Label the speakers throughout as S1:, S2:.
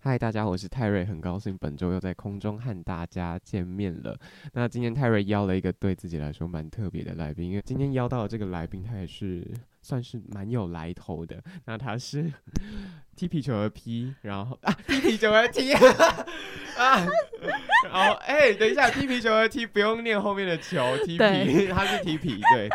S1: 嗨，大家好，我是泰瑞，很高兴本周又在空中和大家见面了。那今天泰瑞邀了一个对自己来说蛮特别的来宾，因为今天邀到的这个来宾，他也是算是蛮有来头的。那他 是踢皮球的 P，然后啊，踢皮球的 T 啊，然后哎、等一下，踢皮球的 T 不用念后面的球，踢皮，
S2: 对嗯
S1: 他是踢皮， 对，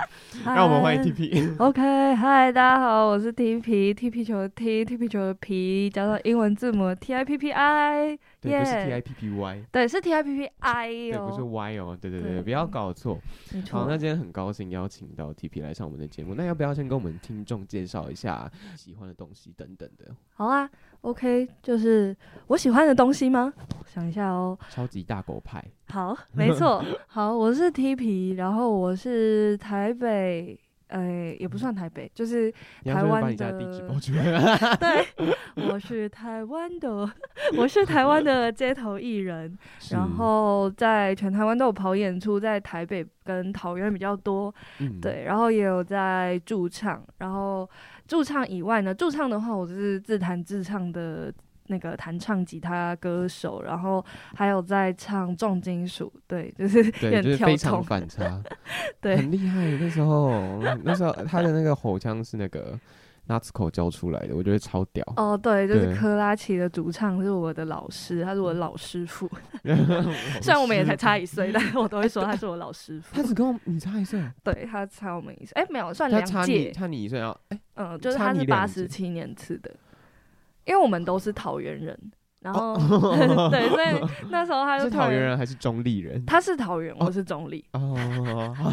S1: 让我们欢迎踢皮。
S2: 嗨 OK，嗨，大家好，我是 T P T P 球的 T T P 球的 P，加上英文字母 T I P P I，
S1: 对，不是
S2: 耶
S1: T I P P Y，
S2: 对，是 T I P P I
S1: 对，
S2: 哦，
S1: 不是 Y 哦，对对对，
S2: 对嗯
S1: 不要搞错。
S2: 没
S1: 好，
S2: 错
S1: 那。今天很高兴邀请到 TP 来上我们的
S2: 嗯
S1: 节目。那要不要先跟我们听众介绍一下喜欢的东西等等的？
S2: 好啦，OK，就是我喜欢的东西吗？我想一下哦。
S1: 超级大狗派，
S2: 好，没错，好，我是 T P，然后我是台北，呃，也不算台北，就是
S1: 你要
S2: 台
S1: 不要
S2: 湾
S1: 把你家
S2: 的
S1: 地址报出 来？
S2: 对，我是台湾的， 我是台湾的街头艺人。
S1: 是
S2: 然，后在全台湾都有跑演出，在台北跟桃园比较多，
S1: 嗯，
S2: 对，然后也有在驻唱，然后驻唱以外呢，驻唱的话，我就是自弹自唱的那个弹唱吉他歌手，然后还有在唱重金属，对，就是 有
S1: 对，
S2: 点
S1: 就是
S2: 跳
S1: 非常
S2: 痛，
S1: 反差，
S2: 对
S1: 很厉害。那时候，那时候他的那个吼腔是那个 Natsuko 教出来的，我觉得超屌。
S2: 哦，对，就是
S1: 对
S2: 科拉奇的主唱是我的老师，他是我的老师 傅，虽
S1: 虽
S2: 然我们也才，差一岁，但是我都会说他是我老师傅
S1: 他，只跟我你差一岁啊，
S2: 对他差我们一岁，哎，没有算
S1: 他
S2: 两
S1: 差
S2: 届
S1: 你，差你一岁啊，哎，
S2: 嗯，就是
S1: 差
S2: 他
S1: 你
S2: 是
S1: 两
S2: 八
S1: 届
S2: 十七年次的，因为我们都是桃园人，然后、对，所以那时候他就是突
S1: 桃园
S2: 然，
S1: 人还哦是中立人？
S2: 他是桃园，
S1: 哦
S2: 我是中立，
S1: 哦，好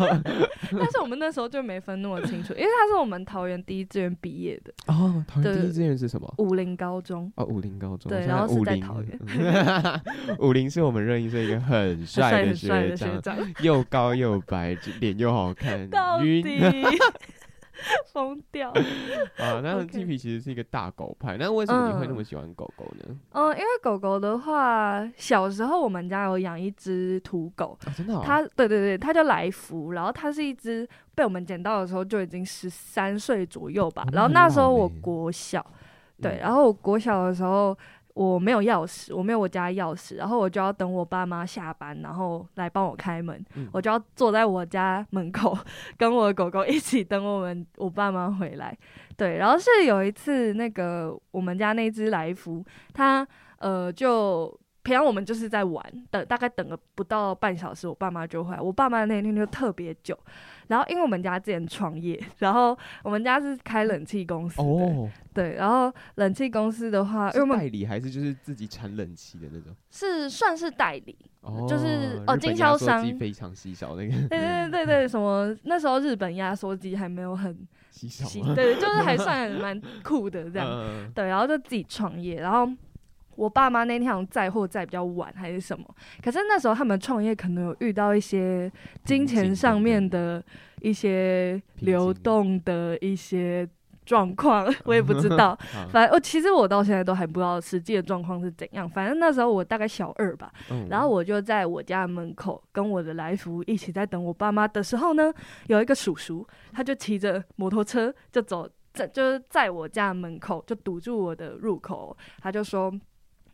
S2: 但是我们那时候就没分那么清楚，因为他是我们桃园第一志愿毕业的
S1: 哦，桃园
S2: 对
S1: 第一志愿是什么？
S2: 武林高中，
S1: 哦，武林高中。
S2: 对
S1: 我
S2: 然
S1: 想
S2: 后
S1: 想
S2: 是
S1: 武
S2: 在
S1: 林
S2: 桃
S1: 武林是我们任一是一个很
S2: 很
S1: 帅
S2: 很帅
S1: 学
S2: 的学
S1: 长，
S2: 长，
S1: 又高又白，脸又好看，
S2: 到底
S1: 晕
S2: 疯掉。
S1: 啊！那
S2: OK
S1: 鸡皮其实是一个大狗派，那为什么你会那
S2: 嗯
S1: 么喜欢狗狗呢？
S2: 嗯，因为狗狗的话，小时候我们家有养一只土狗，
S1: 啊，真的哦，
S2: 它对对对，它叫来福，然后它是一只被我们捡到的时候就已经十三岁左右吧
S1: 哦，
S2: 然后
S1: 那很
S2: 那时候
S1: 老
S2: 我
S1: 嘞
S2: 国小，对，
S1: 嗯
S2: 然后我国小的时候我没有钥匙，我没有我家钥匙，然后我就要等我爸妈下班，然后来帮我开门，
S1: 嗯
S2: 我就要坐在我家门口跟我的狗狗一起等我们我爸妈回来。对，然后是有一次那个我们家那只来福，它呃就。平常我们就是在玩，等大概等个不到半小时，我爸妈就回来。我爸妈那天就特别久，然后因为我们家之前创业，然后我们家是开冷气公司的，
S1: 哦，
S2: 对，然后冷气公司的话，因为我
S1: 是
S2: 们
S1: 代理还是就是自己产冷气的那种？
S2: 是算是代理，
S1: 哦，
S2: 就是
S1: 日
S2: 哦
S1: 本压
S2: 经销
S1: 缩
S2: 商
S1: 机非常稀少，那个
S2: 对对对对对，什么那时候日本压缩机还没有很
S1: 稀少
S2: 新，
S1: 吗？
S2: 对，就是还算蛮酷的这样。
S1: 嗯，
S2: 对，然后就自己创业，然后。我爸妈那天好像载货载比较晚还是什么，可是那时候他们创业可能有遇到一些金钱上面的一些
S1: 瓶颈
S2: 流动的一些状况， 我也不知道。
S1: 好
S2: 反正我哦其实我到现在都还不知道实际的状况是怎样。反正那时候我大概小二吧，
S1: 嗯
S2: 然后我就在我家门口跟我的来福一起在等我爸妈的时候呢，有一个叔叔，他就骑着摩托车就走，在就是在我家门口就堵住我的入口，他就说：“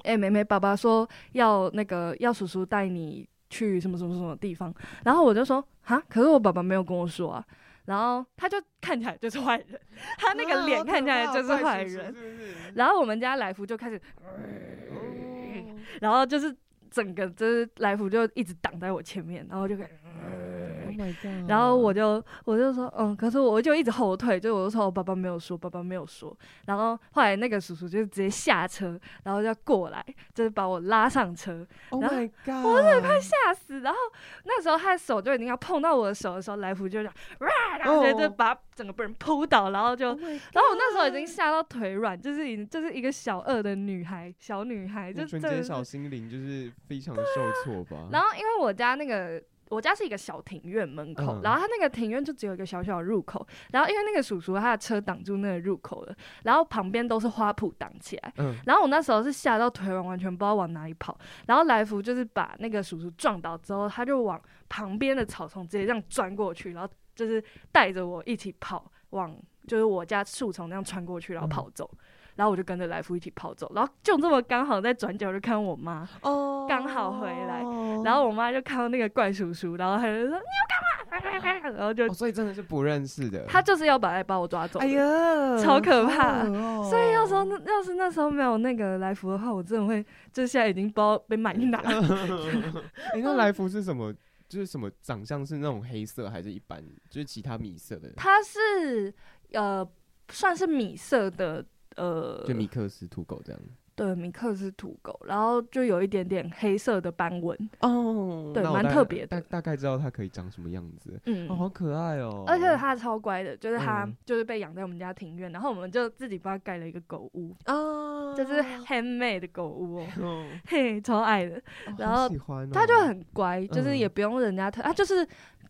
S2: 哎、妹妹，爸爸说要那个要叔叔带你去什么什么什么地方。”然后我就说：“啊，可是我爸爸没有跟我说啊。”然后他就看起来就是坏人，他那个脸看起来就是坏人。， 然后我们家来福就开始，然后就是整个就是来福就一直挡在我前面，然后就开始，
S3: Oh my
S1: 嗯
S3: god！
S2: 然后我就我就说，嗯，可是我就一直后退，就我就说哦我爸爸没有说，爸爸没有说。然后后来那个叔叔就直接下车，然后就要过来，就是把我拉上车，
S1: ，Oh
S2: 然后
S1: my god，我真的快吓
S2: 吓死。然后那时候他的手就已经要碰到我的手的时候，来福就讲，哇，然后就就
S1: 哦
S2: 把整个被人扑倒，然后就。
S3: Oh my
S2: 然后我那时候已经吓到腿软，就是已经就是一个小二的女孩，小女孩，就真
S1: 纯
S2: 的
S1: 洁
S2: 是
S1: 小心灵就是非常受挫吧。
S2: 然后因为我家那个。我家是一个小庭院门
S1: 嗯
S2: 口，然后它那个庭院就只有一个小小的入口，然后因为那个叔叔他的车挡住那个入口了，然后旁边都是花圃挡起来，
S1: 嗯，
S2: 然后我那时候是吓到腿软，完全不知道往哪里跑，然后来福就是把那个叔叔撞倒之后，他就往旁边的草丛直接这样钻过去，然后就是带着我一起跑往就是我家树丛那样穿过去，然
S1: 嗯
S2: 后跑走，然后我就跟着来福一起跑走，然后就这么刚好在转角就看到我妈，
S3: 哦
S2: 刚好回来然后我妈就看到那个怪叔叔，然后她就说你要干嘛？然后就
S1: 哦，所以真的是不认识的。
S2: 她就是要把把我抓走的。
S3: 哎呀，
S2: 超可怕
S3: 好恶哦
S2: 所以要说那要是那时候没有那个来福的话，我真的会就现在已经不知道被埋哪。
S1: 啊哎，那来福是什么？就是什么长相是那种黑色，还是一般就是其他米色的？
S2: 它是呃算是米色的呃
S1: 就米克斯土狗这样。
S2: 对米克斯土狗，然后就有一点点黑色的斑纹，
S1: 哦
S2: 对
S1: 那我
S2: 蛮
S1: 大概
S2: 特别的
S1: 大大概知道它可以长什么样子。
S2: 嗯。
S1: 哦，好可爱哦！
S2: 而且它超乖的，就是它
S1: 嗯
S2: 就是被养在我们家庭院，然后我们就自己帮它盖了一个狗屋，
S3: 啊，
S2: 就是 handmade 的狗 屋哦，
S1: 哦，
S2: 嘿，超爱的。
S1: 哦
S2: 然
S1: 好
S2: 后
S1: 喜欢哦，
S2: 它就很乖，就是
S1: 嗯
S2: 也不用人家特，它就是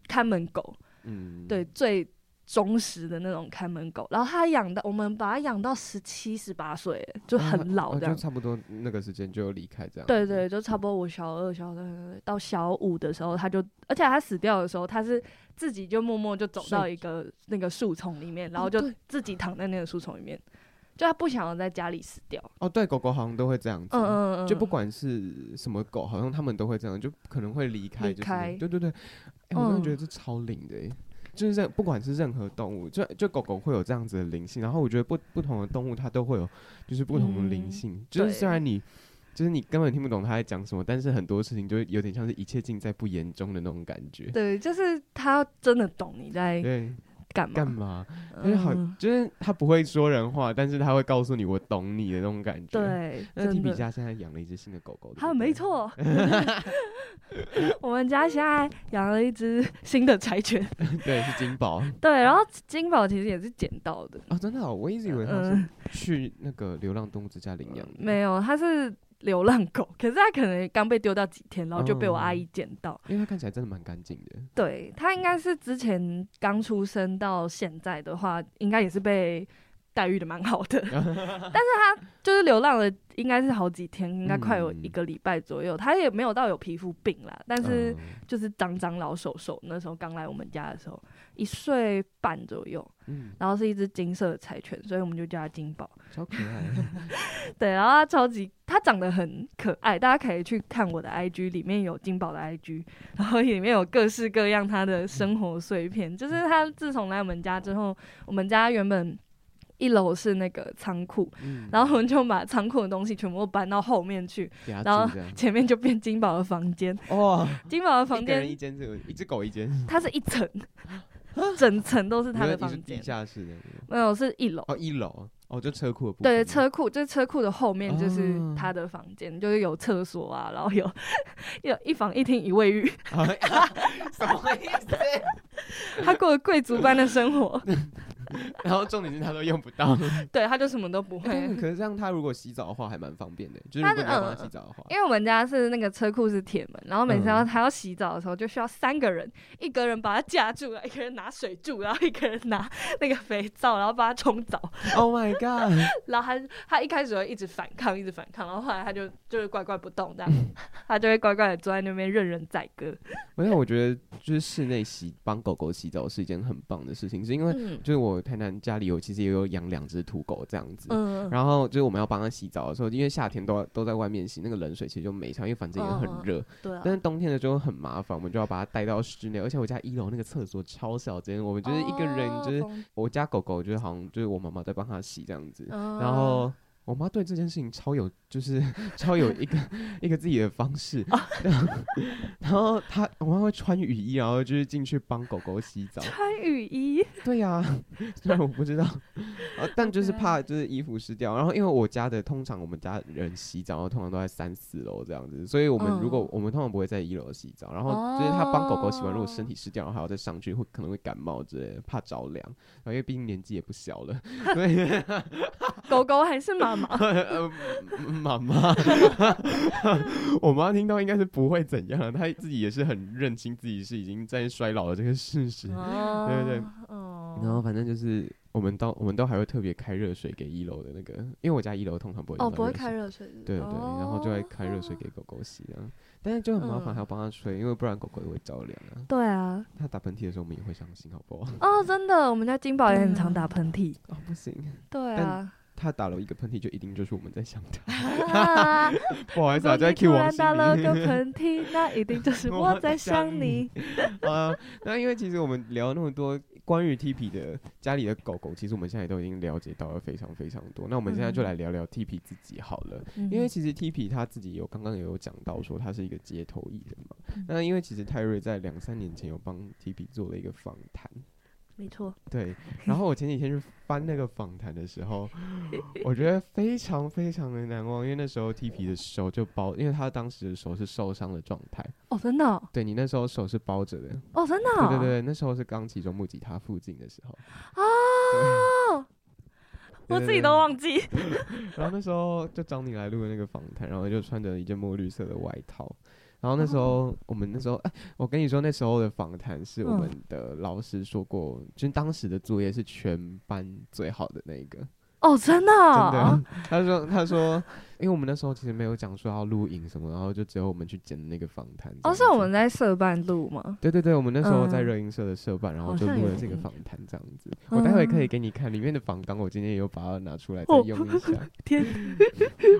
S2: 看门狗，
S1: 嗯
S2: 对，最忠实的那种看门狗。然后它养到我们把它养到十七、十八岁，就很老
S1: 哦
S2: 这
S1: 就
S2: 样。
S1: 差不多那个时间就离开这样。
S2: 对对，，就差不多我小二、小三到小五的时候，它就，而且它死掉的时候，它是自己就默默就走到
S1: 睡
S2: 一个那个树丛里面，然
S3: 哦
S2: 后就
S3: 对
S2: 自己躺在那个树丛里面，就它不想要在家里死掉。
S1: 哦对，狗狗好像都会这样子。
S2: 嗯嗯嗯，
S1: 就不管是什么狗，好像他们都会这样，就可能会离开，
S2: 离
S1: 就是
S2: 开
S1: 对对对，哎，我真
S2: 嗯
S1: 的觉得这超灵的、欸，就是任不管是任何动物，就就狗狗会有这样子的灵性，然后我觉得不不同的动物它都会有就是不同的灵
S2: 嗯
S1: 性，就是虽
S2: 对
S1: 然你。就是你根本听不懂他在讲什么，但是很多事情就会有点像是一切尽在不言中的那种感觉。
S2: 对，就是它真的懂你在
S1: 对，
S2: 干嘛，
S1: 干嘛？但是好，
S2: 嗯
S1: 就是他不会说人话，但是他会告诉你我懂你的那种感觉。，
S2: 对，
S1: 那
S2: 真
S1: 提比
S2: 的。
S1: 家现在养了一只新的狗狗。对
S2: 他
S1: 不
S2: 啊没
S1: 对，
S2: 错， 我们家现在养了一只新的柴犬，
S1: 对，是金宝。
S2: 对，然后金宝其实也是捡到的，
S1: 哦，真的、哦，我一直以为他是
S2: 嗯，
S1: 去那个流浪动物之家领养的。
S2: 没有，它是流浪狗， 可是它可能刚被丢掉几天，然后就被
S1: 哦
S2: 我阿姨捡到。
S1: 因为它看起来真的蛮干净的。
S2: 对，它应该是之前刚出生到现在的话，应该也是被待遇的蛮好 的，但是它就是流浪了，应该是好几天，应该快有
S1: 嗯
S2: 一个礼拜左右，它也没有到有皮肤病啦，但
S1: 嗯
S2: 是。就是脏脏老手手，那时候刚来我们家的时候，一岁半左右，
S1: 嗯，
S2: 然后是一只金色的柴犬，所以我们就叫它金宝。
S1: 嗯，超可 爱。
S2: 对，然后它超级，它长得很可爱，大家可以去看我的 IG，里面有金宝的 IG，然后里面有各式各样它的生活碎片。就是它自从来我们家之后，我们家原本。一楼是那个仓库，
S1: 嗯，
S2: 然后我们就把仓库的东西全部都搬到后面去，
S1: 给它
S2: 然后
S1: 住这样。
S2: 前面就变金宝的房间。
S1: 哇，
S2: 金宝的
S1: 一
S2: 房
S1: 个人
S2: 间
S1: 一间这个，一只狗一间，
S2: 它是一层，整层都是
S1: 啊你
S2: 他
S1: 说
S2: 的
S1: 你是
S2: 房
S1: 地
S2: 间，
S1: 下室的那个。
S2: 没有是一楼。
S1: 哦，一楼哦，就车库的部分。
S2: 对，车库就是车库的后面就是
S1: 哦
S2: 他的房间，就是有厕所啊，然后 有有一房一厅一卫浴，
S1: 啊。 什么意思？
S2: 他过了贵族般的生 活，
S1: 然后重点是它都用不到。
S2: 对，他就什么都不会。
S1: 但是可是这样，它如果洗澡的话，还蛮方便的。就是
S2: 它
S1: 如果
S2: 是
S1: 你要帮
S2: 嗯
S1: 它洗澡的话，
S2: 因为我们家是那个车库是铁门，然后每次要
S1: 嗯
S2: 他要洗澡的时候，就需要三个人，一个人把他架住了，一个人拿水柱，然后一个人拿那个肥皂，然后帮他冲澡，
S1: Oh my god！
S2: 然后他他一开始会一直反抗，一直反抗，然后后来他就就是乖乖不动这样，
S1: 嗯
S2: 他就会乖乖的坐在那边任人宰割。
S1: 没有，我觉得就是室内洗帮狗狗洗澡是一件很棒的事情，是因为
S2: 嗯
S1: 就是我台南家里有其实也有养两只土狗这样子。
S2: 嗯，
S1: 然后就是我们要帮它洗澡的时候，因为夏天都都在外面洗，那个冷水其实就没差，因为反正也很
S2: 嗯嗯
S1: 热。
S2: 对啊
S1: 但，是冬天的时候很麻烦，我们就要把它带到室内。而且我家一楼那个厕所超小间，我们就是一个人，就是
S2: 是哦嗯
S1: 我家狗狗就是好像就是我妈妈在帮它洗这样子。
S2: 然
S1: 然后我妈对这件事情超有，就是 超有一个一个自己的方式。
S2: 哦
S1: 然后她，我妈会穿雨衣，然后就是进去帮狗狗洗澡。
S2: 穿雨衣，
S1: 对呀、 虽然我不知道，呃，但就是
S2: 好可
S1: 怕就是衣服湿掉。然后因为我家的通常我们家人洗澡，然后通常都在三四楼这样子，所以我们如果、
S2: 嗯哦
S1: 我们通常不会在一楼洗澡。然后就是他帮狗狗洗完，如果身体湿掉，然后还要再上去，会可能会感冒之类的，怕着凉。然后因为毕竟年纪也不小了， 所以
S2: 狗狗还是妈妈？
S1: 呃妈妈，我妈听到应该是不会怎样，她自己也是很认清自己是已经在衰老的这个事实。
S2: 哦
S1: 对对，
S2: 哦
S1: 然后反正就是我们到我们都还会特别开热水给一楼的那个，因为我家一楼通常不会
S2: 哦，
S1: 用到
S2: 不会
S1: 热
S2: 开
S1: 水
S2: 热水，
S1: 对对对，然后就会开热水
S2: 哦。
S1: 给狗狗洗啊，但是就很麻烦，
S2: 嗯
S1: 还要帮它吹，因为不然狗狗也会着凉啊。
S2: 对啊，
S1: 它打喷嚏的时候我们也会伤心，好不好？
S2: 哦，真的，我们家金宝也很常
S1: 对啊
S2: 打喷嚏。
S1: 哦，不行，
S2: 对
S1: 但
S2: 啊，
S1: 它打了一个喷嚏就一定就是我们在想它，
S2: 啊
S1: 不好意思啊，
S2: 昨
S1: 就在
S2: 天
S1: Q
S2: 突
S1: 王
S2: 然
S1: 心
S2: 打了个
S1: 凌。
S2: 喷嚏，那一定就 是我在想你。
S1: 啊，那因为其实我们聊那么多关于 T P 的家里的狗狗，其实我们现在都已经了解到了非常非常多。那我们现在就
S2: 嗯
S1: 来聊聊 T P 自己好了，
S2: 嗯
S1: 因为其实 T P 他自己有刚刚也有讲到说他是一个街头艺人嘛。
S2: 嗯
S1: 那因为其实泰瑞在两三年前有帮 T P 做了一个访谈，
S2: 没错，
S1: 对。然后我前几天去翻那个访谈的时候，我觉得非常非常的难忘，因为那时候 T P 的手就包，因为他当时的手是受伤的状态，
S2: 哦，真的哦，
S1: 对你那时候手是包着的。
S2: 哦真的哦，
S1: 对对对，那时候是钢琴中木吉他附近的时候，
S2: 哦，
S1: 对
S2: 我
S1: 对
S2: 自己
S1: 对
S2: 都忘记。
S1: 然后那时候就找你来录的那个访谈，然后就穿着一件墨绿色的外套。然后那时候、我们那时候，哎，我跟你说那时候的访谈是我
S2: 哦嗯
S1: 们的老师说过，就是当时的作业是全班最好的那一个，
S2: 哦，真的
S1: 真的。
S2: 哦，
S1: 他说他说，因为我们那时候其实没有讲说要录影什么，然后就只有我们去剪那个访谈。这
S2: 哦，
S1: 样
S2: 是我
S1: 子
S2: 们在社办录吗？
S1: 对对对，我们那时候在
S2: 嗯
S1: 热音社的社办，然后
S2: 好
S1: 就
S2: 像
S1: 录
S2: 有
S1: 了这个
S2: 印
S1: 访谈这样子。我待会可以
S2: 嗯
S1: 给你看里面的访纲，我今天也有把它拿出来再
S2: 哦
S1: 用一下。
S2: 天，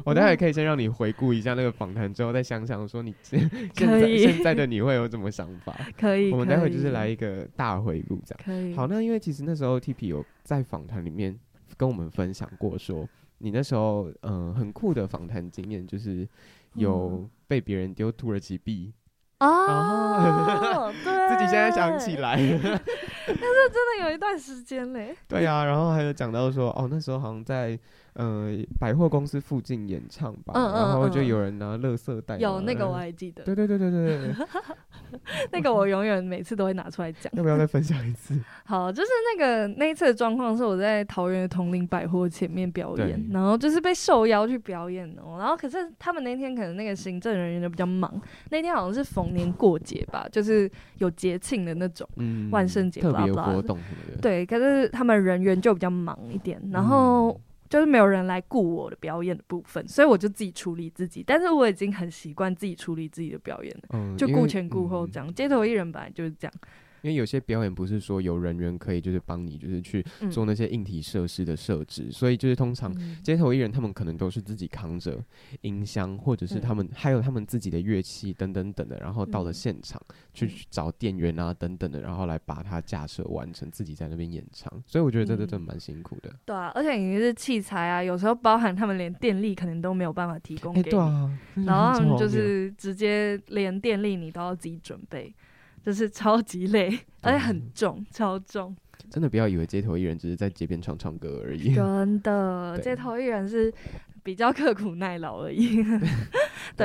S1: 我待会可以先让你回顾一下那个访谈，之后再想想说你现在
S2: 可以
S1: 现在的你会有什么想 法。
S2: 可以，
S1: 我们待会就是
S2: 可以
S1: 来一个大回顾这样。
S2: 可以，
S1: 好，那因为其实那时候 T P 有在访谈里面跟我们分享过说，你那时候嗯、呃很酷的访谈经验就是
S2: 嗯
S1: 有被别人丢土耳其币，
S2: 哦，对，
S1: 自己现在想起，来。
S2: 真的有一段时间嘞，
S1: 对呀、然后还有讲到说，哦，那时候好像在呃百货公司附近演唱吧，
S2: 嗯嗯
S1: 然后就
S2: 嗯
S1: 有人拿垃圾袋，
S2: 有那个我
S1: 玩。
S2: 还记得，
S1: 哎对对对对对对，对
S2: 那个我永远每次都会拿出来讲。
S1: 要不要再分享一 次？
S2: 好，就是那个那一次的状况是我在桃园的同林百货前面表演
S1: 对，
S2: 然后就是被受邀去表演哦。然后可是他们那天可能那个行政人员都比较忙，那天好像是逢年过节吧，就是有节庆的那种。
S1: 嗯，
S2: 万圣节
S1: 特别
S2: blah
S1: 有
S2: blah
S1: 活动什么的，
S2: 对，可是他们人员就比较忙一点，然
S1: 嗯
S2: 后就是没有人来顾我的表演的部分，所以我就自己处理自己。但是我已经很习惯自己处理自己的表演了，
S1: 嗯，嗯
S2: 就
S1: 因
S2: 顾
S1: 为
S2: 前顾后
S1: 嗯
S2: 这样。街头艺人本来就是这样。
S1: 因为有些表演不是说有人员可以就是帮你就是去
S2: 嗯
S1: 做那些硬体设施的设置，所以就是通常
S2: 嗯
S1: 街头艺人他们可能都是自己扛着音箱，或者是
S2: 嗯
S1: 他们、还有他们自己的乐器等等等的，然后到了
S2: 嗯
S1: 现场、去去找店员啊等等的，然后来把它架设完成，自己在那边演唱。所以我觉得这这
S2: 嗯
S1: 真的蛮辛苦的。
S2: 对啊，而且你是器材啊，有时候包含他们连电力可能都没有办法提供
S1: 哎、
S2: 给你，
S1: 对啊，
S2: 嗯然后他们就
S1: 这种
S2: 是直接连电力你都要自己准备，就是超级累，而且很重，超重，
S1: 真的不要以为街头艺人只是在街边唱唱歌而已。
S2: 真的，
S1: 嗯对
S2: 街头艺人是比较刻苦耐劳而 已。
S1: 对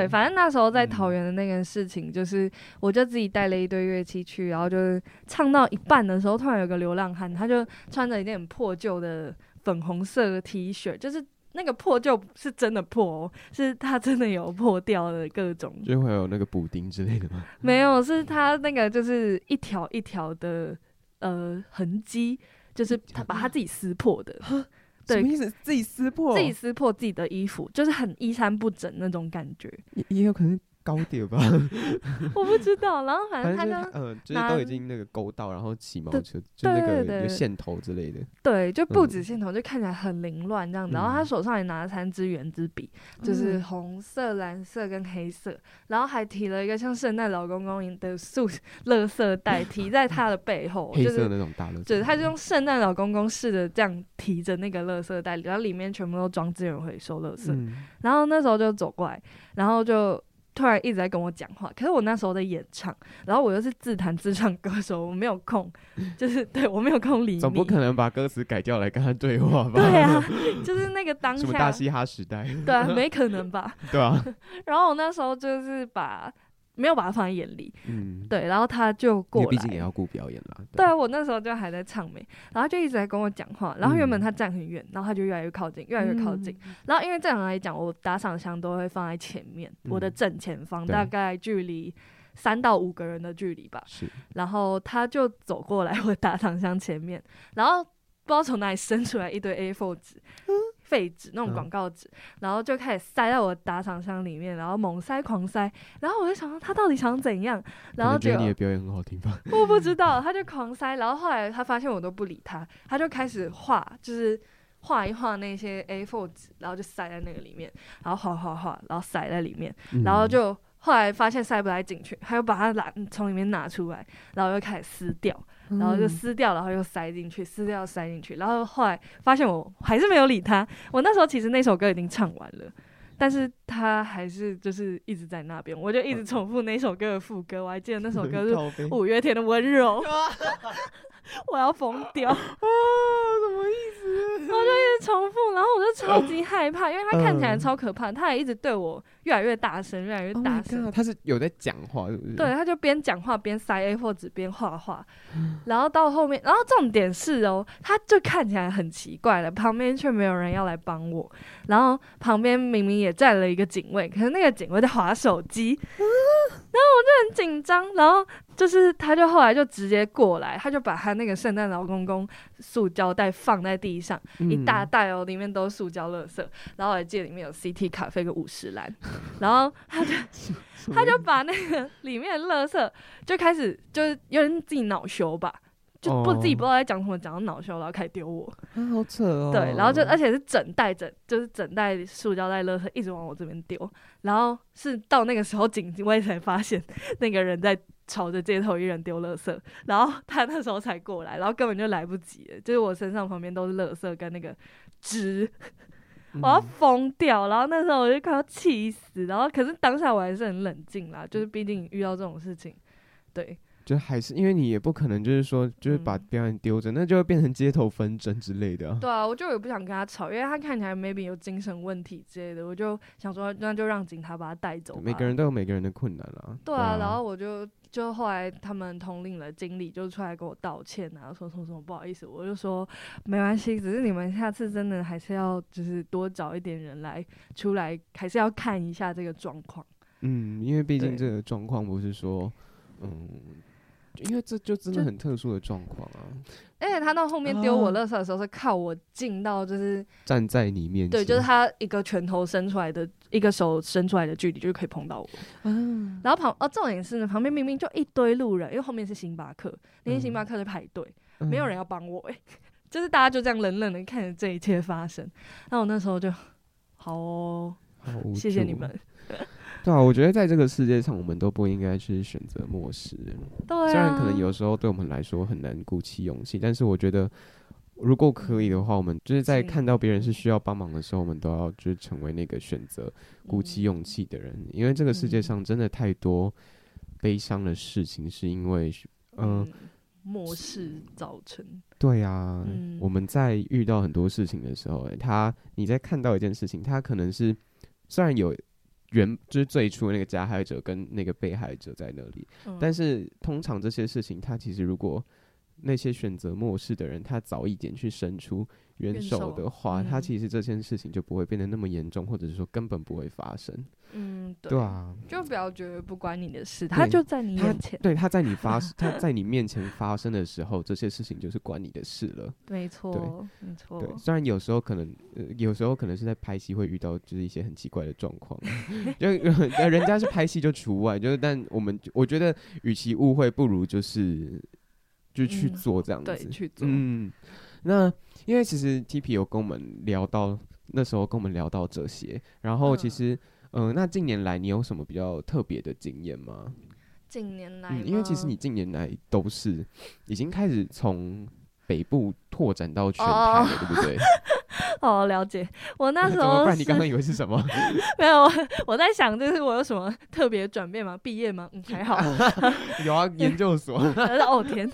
S2: 对，反正那时候在
S1: 嗯
S2: 桃园的那件事情，就是我就自己带了一堆乐器去，然后就是唱到一半的时候，突然有个流浪汉，他就穿着一件很破旧的粉红色的 T 恤，就是那个破旧是真的破、哦，是他真的有破掉的各种，
S1: 就会有那个补丁之类的吗？
S2: 没有，是他那个就是一条一条的呃痕迹，就是
S1: 嗯
S2: 他把他自己撕破 的。对
S1: 什么意思？自己撕破，
S2: 自己撕破自己的衣服，就是很衣衫不整那种感觉。
S1: 也也有可能高点吧，
S2: 我不知道。然后反正
S1: 反
S2: 嗯他
S1: 正就是
S2: 刚
S1: 它呃，就是
S2: 拿
S1: 都已经那个勾到，然后骑毛
S2: 对
S1: 球，就那
S2: 对对
S1: 个有
S2: 对
S1: 线头之类的，
S2: 对，就不
S1: 嗯
S2: 止线头，就看起来很凌乱这样子。然后
S1: 嗯
S2: 他手上也拿了三支圆珠笔，就是红色、蓝色跟黑色，然后还提了一个像圣诞老公公的塑垃圾 袋，提在他的背后，
S1: 黑
S2: 就
S1: 色嗯
S2: 是。
S1: 那种大乐，
S2: 对，他就用圣诞老公公似的这样提着那个垃圾袋，然后里面全部都装资源回收垃圾。
S1: 嗯
S2: 然后那时候就走过来，然后就突然一直在跟我讲话。可是我那时候在演唱，然后我又是自弹自唱歌手，我没有空，就是对我没有空理你。
S1: 总不可能把歌词改掉来跟他对话吧？
S2: 对啊，就是那个当
S1: 什么大
S2: 下，
S1: 嘻哈时代，
S2: 对啊，没可能吧？
S1: 对 啊，
S2: 然后我那时候就是把没有把他放在眼里，
S1: 嗯，
S2: 对，然后他就
S1: 因
S2: 过
S1: 为毕竟也
S2: 来。
S1: 要顾表演啦，
S2: 对啊，我那时候就还在唱美，然后就一直在跟我讲话，然后原本
S1: 嗯
S2: 他站很远，然后他就越来越靠近，越来越靠近。然后因为正常来讲，我打赏箱都会放在前面，我的
S1: 嗯
S2: 正前方，
S1: 对
S2: 大概距离三到五个人的距离吧。
S1: 是，
S2: 然后他就走过来 我打赏箱前面，然后不知道从哪里伸出来一堆 A4 纸、废纸那
S1: 嗯
S2: 种广告纸，然后就开始塞到我打赏箱里面，然后猛塞狂塞，然后我就想说他到底想怎样，
S1: 可
S2: 然后
S1: 能觉
S2: 就
S1: 得你的表演很好听吧？
S2: 我不知道，他就狂塞，然后后来他发现我都不理他，他就开始画，就是画一画那些 A4 纸，然后就塞在那个里面，然后画画画，然后塞在里面，然 后
S1: 嗯
S2: 就后来发现塞不来进去，他又把它拿从里面拿出来，然后又开始撕掉，
S1: 嗯
S2: 然后就撕掉，然后又塞进去，撕掉塞进去，然后后来发现我还是没有理他。我那时候其实那首歌已经唱完了。但是他还是就是一直在那边，我就一直重复那首歌的副歌，我还记得那首歌是
S1: 靠背
S2: 五月天的温柔， 我要疯掉，然后
S1: 啊什么意 思？
S2: 就重复，然后我就超级害怕，因为他看起来
S1: 嗯
S2: 超可怕，他还一直对我越来越大声，越来越
S1: Oh
S2: 大
S1: my
S2: 声
S1: god，他是有在讲话，是不是？
S2: 对，，他就边讲话边塞 A4 纸边画画，然后到后面，然后重点是哦，他就看起来很奇怪了，旁边却没有人要来帮我，然后旁边明明也站了一个警卫，可是那个警卫在划手机，然后我就很紧张，然后就是他就后来就直接过来，他就把他那个圣诞老公公塑胶袋放在地上，一
S1: 嗯
S2: 大袋哦，里面都是塑胶垃圾，然后我还记得里面有 CT 咖啡跟五十兰，然后他就。
S1: 什么
S2: 他就把那个里面的垃圾就开始就是有点自己恼羞吧，就不
S1: 哦
S2: 自己不知道在讲什么，讲到恼羞，然后开始丢我，
S1: 啊，好扯哦。
S2: 对，然后就而呃且是整袋整就是整袋塑胶袋垃圾一直往我这边丢，然后是到那个时候警卫才发现那个人在朝着街头艺人丢垃圾，然后他那时候才过来，然后根本就来不及了，就是我身上旁边都是垃圾跟那个纸，
S1: 嗯
S2: 我要疯掉。然后那时候我就快要气死，然后可是当下我还是很冷静啦，就是毕竟遇到这种事情，对
S1: 就还是因为你也不可能就是说就是把
S2: 嗯
S1: 表演丢着，那就会变成街头纷争之类的啊。
S2: 对啊，我就也不想跟他吵，因为他看起来 maybe 有精神问题之类的，我就想说那就让警察把他带走吧。
S1: 每个人都有每个人的困难啦。
S2: 对啊，然后我就就后来他们统领了经理就出来给我道歉啊，说什么什么不好意思，我就说没关系，只是你们下次真的还是要就是多找一点人来出来，还是要看一下这个状况。
S1: 嗯，因为毕竟
S2: 对
S1: 这个状况不是说，嗯，就因为这就真的
S2: 就
S1: 很特殊的状况啊，
S2: 而且他到后面丢我
S1: 啊
S2: 垃圾的时候，是靠我近到就是、
S1: 站在你面前，
S2: 对，就是他一个拳头伸出来的，一个手伸出来的距离，就是可以碰到我。
S1: 啊，
S2: 然后旁哦，重点是呢，旁边明明就一堆路人，因为后面是星巴克，那些
S1: 嗯
S2: 星巴克在排队，没有人要帮我、欸， 就是大家就这样冷冷的看着这一切发生。那我那时候就好哦，
S1: 嗯，好无
S2: 谢谢
S1: 助
S2: 你们。。
S1: 对啊，我觉得在这个世界上，我们都不应该去选择漠视人，
S2: 对、啊，
S1: 虽然可能有时候对我们来说很难鼓起勇气，但是我觉得。如果可以的话，我们就是在
S2: 是
S1: 看到别人是需要帮忙的时候，我们都要就是成为那个选择鼓起勇气的人，因为这个世界
S2: 嗯
S1: 上真的太多悲伤的事情，是因为，嗯、
S2: 嗯漠视造成，
S1: 对呀，
S2: 嗯
S1: 我们在遇到很多事情的时候，哎他你在看到一件事情，他可能是虽然有原就是最初那个加害者跟那个被害者在那里，
S2: 嗯
S1: 但是通常这些事情，他其实如果那些选择漠视的人，他早一点去伸出援
S2: 援
S1: 手
S2: 手
S1: 的话，他
S2: 嗯
S1: 其实这件事情就不会变得那么严重，或者是说根本不会发生。
S2: 嗯，对
S1: 对啊，
S2: 就不要觉得不关你的事，他
S1: 对
S2: 就在你
S1: 他
S2: 眼前，
S1: 对，他在你 发他在你面前发生的时候，这些事情就是关你的事了。
S2: 没错，没错，
S1: 对，虽然有时候可能，呃，有时候可能是在拍戏会遇到就是一些很奇怪的状 况，就呃人家是拍戏就除外，就是但我们我觉得，与其误会，不如就是就去
S2: 嗯
S1: 做这样子，
S2: 对，去做，
S1: 嗯，那因为其实 T P 有跟我们聊到那时候跟我们聊到这些，然后其
S2: 嗯
S1: 实。嗯、那近年来你有什么比较特别的经验吗？
S2: 近年来吗，
S1: 嗯，因为其实你近年来都是已经开始从北部拓展到全台了，
S2: 哦
S1: 对不对？
S2: 哦，了解，我 那时
S1: 怎么
S2: 候
S1: 办？你
S2: 是
S1: 刚刚以为是什么？
S2: 没有，我我在想，就是我有什么特别转变吗？毕业吗？嗯，还好。
S1: 哦 有啊，研究所。
S2: 但是哦 天，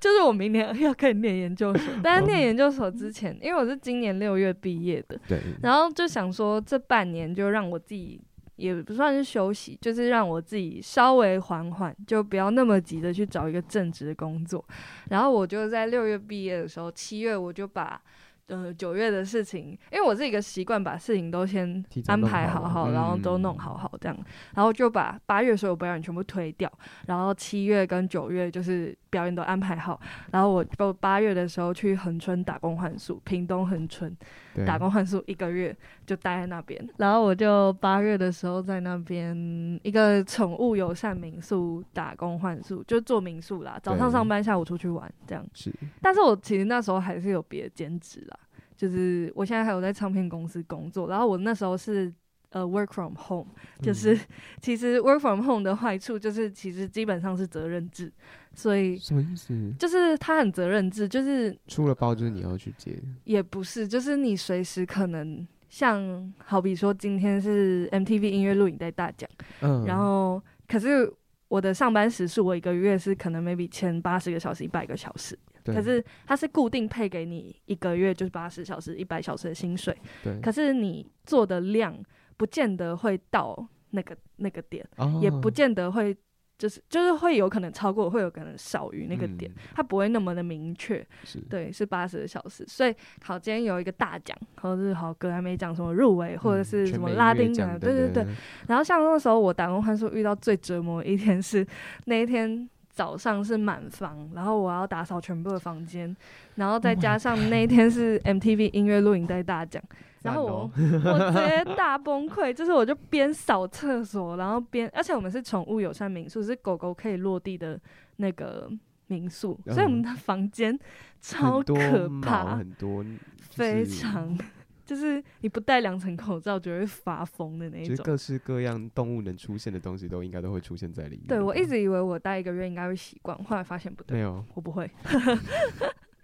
S2: 就是我明年要开始念研究所，但
S1: 哦
S2: 是念研究所之前，因为我是今年六月毕业的，
S1: 对，
S2: 然后就想说这半年就让我自己也不算是休息，就是让我自己稍微缓缓，就不要那么急的去找一个正职的工作。然后我就在六月毕业的时候，七月我就把。呃，九月的事情，因为我是一个习惯把事情都先
S1: 提早
S2: 安
S1: 弄
S2: 排
S1: 好
S2: 好好，然后都
S1: 嗯
S2: 弄好好这样，然后就把八月所有表演全部推掉，然后七月跟九月就是表演都安排好，然后我就八月的时候去恒春打工换宿，屏东恒春，
S1: 对
S2: 打工换宿一个月，就待在那边。然后我就八月的时候在那边一个宠物友善民宿打工换宿，就做民宿啦，早上
S1: 对
S2: 上班，下午出去玩这样。
S1: 是
S2: 但是我其实那时候还是有别的兼职啦，就是我现在还有在唱片公司工作，然后我那时候是。呃、w o r k from home 就是、其实 work from home 的坏处就是其实基本上是责任制，所以
S1: 嗯什么意思？
S2: 就是他很责任制，就是
S1: 出了包就是你要去接，
S2: 也不是，就是你随时可能像好比说今天是 MTV 音乐录影带大奖，
S1: 嗯，
S2: 然后可是我的上班时数，我一个月是可能 maybe 前八十个小时、一百个小时，
S1: 对
S2: 可是它是固定配给你一个月就是八十小时、一百小时的薪水，
S1: 对，
S2: 可是你做的量不见得会到那个那个点，也不
S1: 哦
S2: 见得会。就是就是会有可能超过，会有可能少于那个点，
S1: 嗯
S2: 它不会那么的明确。
S1: 是
S2: 对，是八十个小时。所以好，今天有一个大奖，或者是好格莱美奖什么入围，或者
S1: 嗯
S2: 是
S1: 全
S2: 什么
S1: 美
S2: 拉
S1: 音乐
S2: 丁
S1: 奖
S2: 奖，
S1: 等
S2: 对对对。
S1: 等，
S2: 然后像那时候我打工换宿遇到最折磨的一天是那一天。早上是满房，然后我要打扫全部的房间，然后再
S1: Oh my
S2: 加上那一天是 MTV 音乐录影带大奖，然后我、我直接大崩溃，就是我就边扫厕所，然后边，而且我们是宠物友善民宿，是狗狗可以落地的那个民宿，所以我们的房间超
S1: 嗯很多
S2: 可
S1: 毛
S2: 怕，
S1: 很 多就是
S2: 非常。就是你不戴两层口罩就会发疯的那一
S1: 就是
S2: 种。
S1: 各式各样动物能出现的东西都应该都会出现在里面吧。
S2: 对我一直以为我戴一个月应该会习惯，后来发现不对
S1: 没，有，
S2: 我 不会。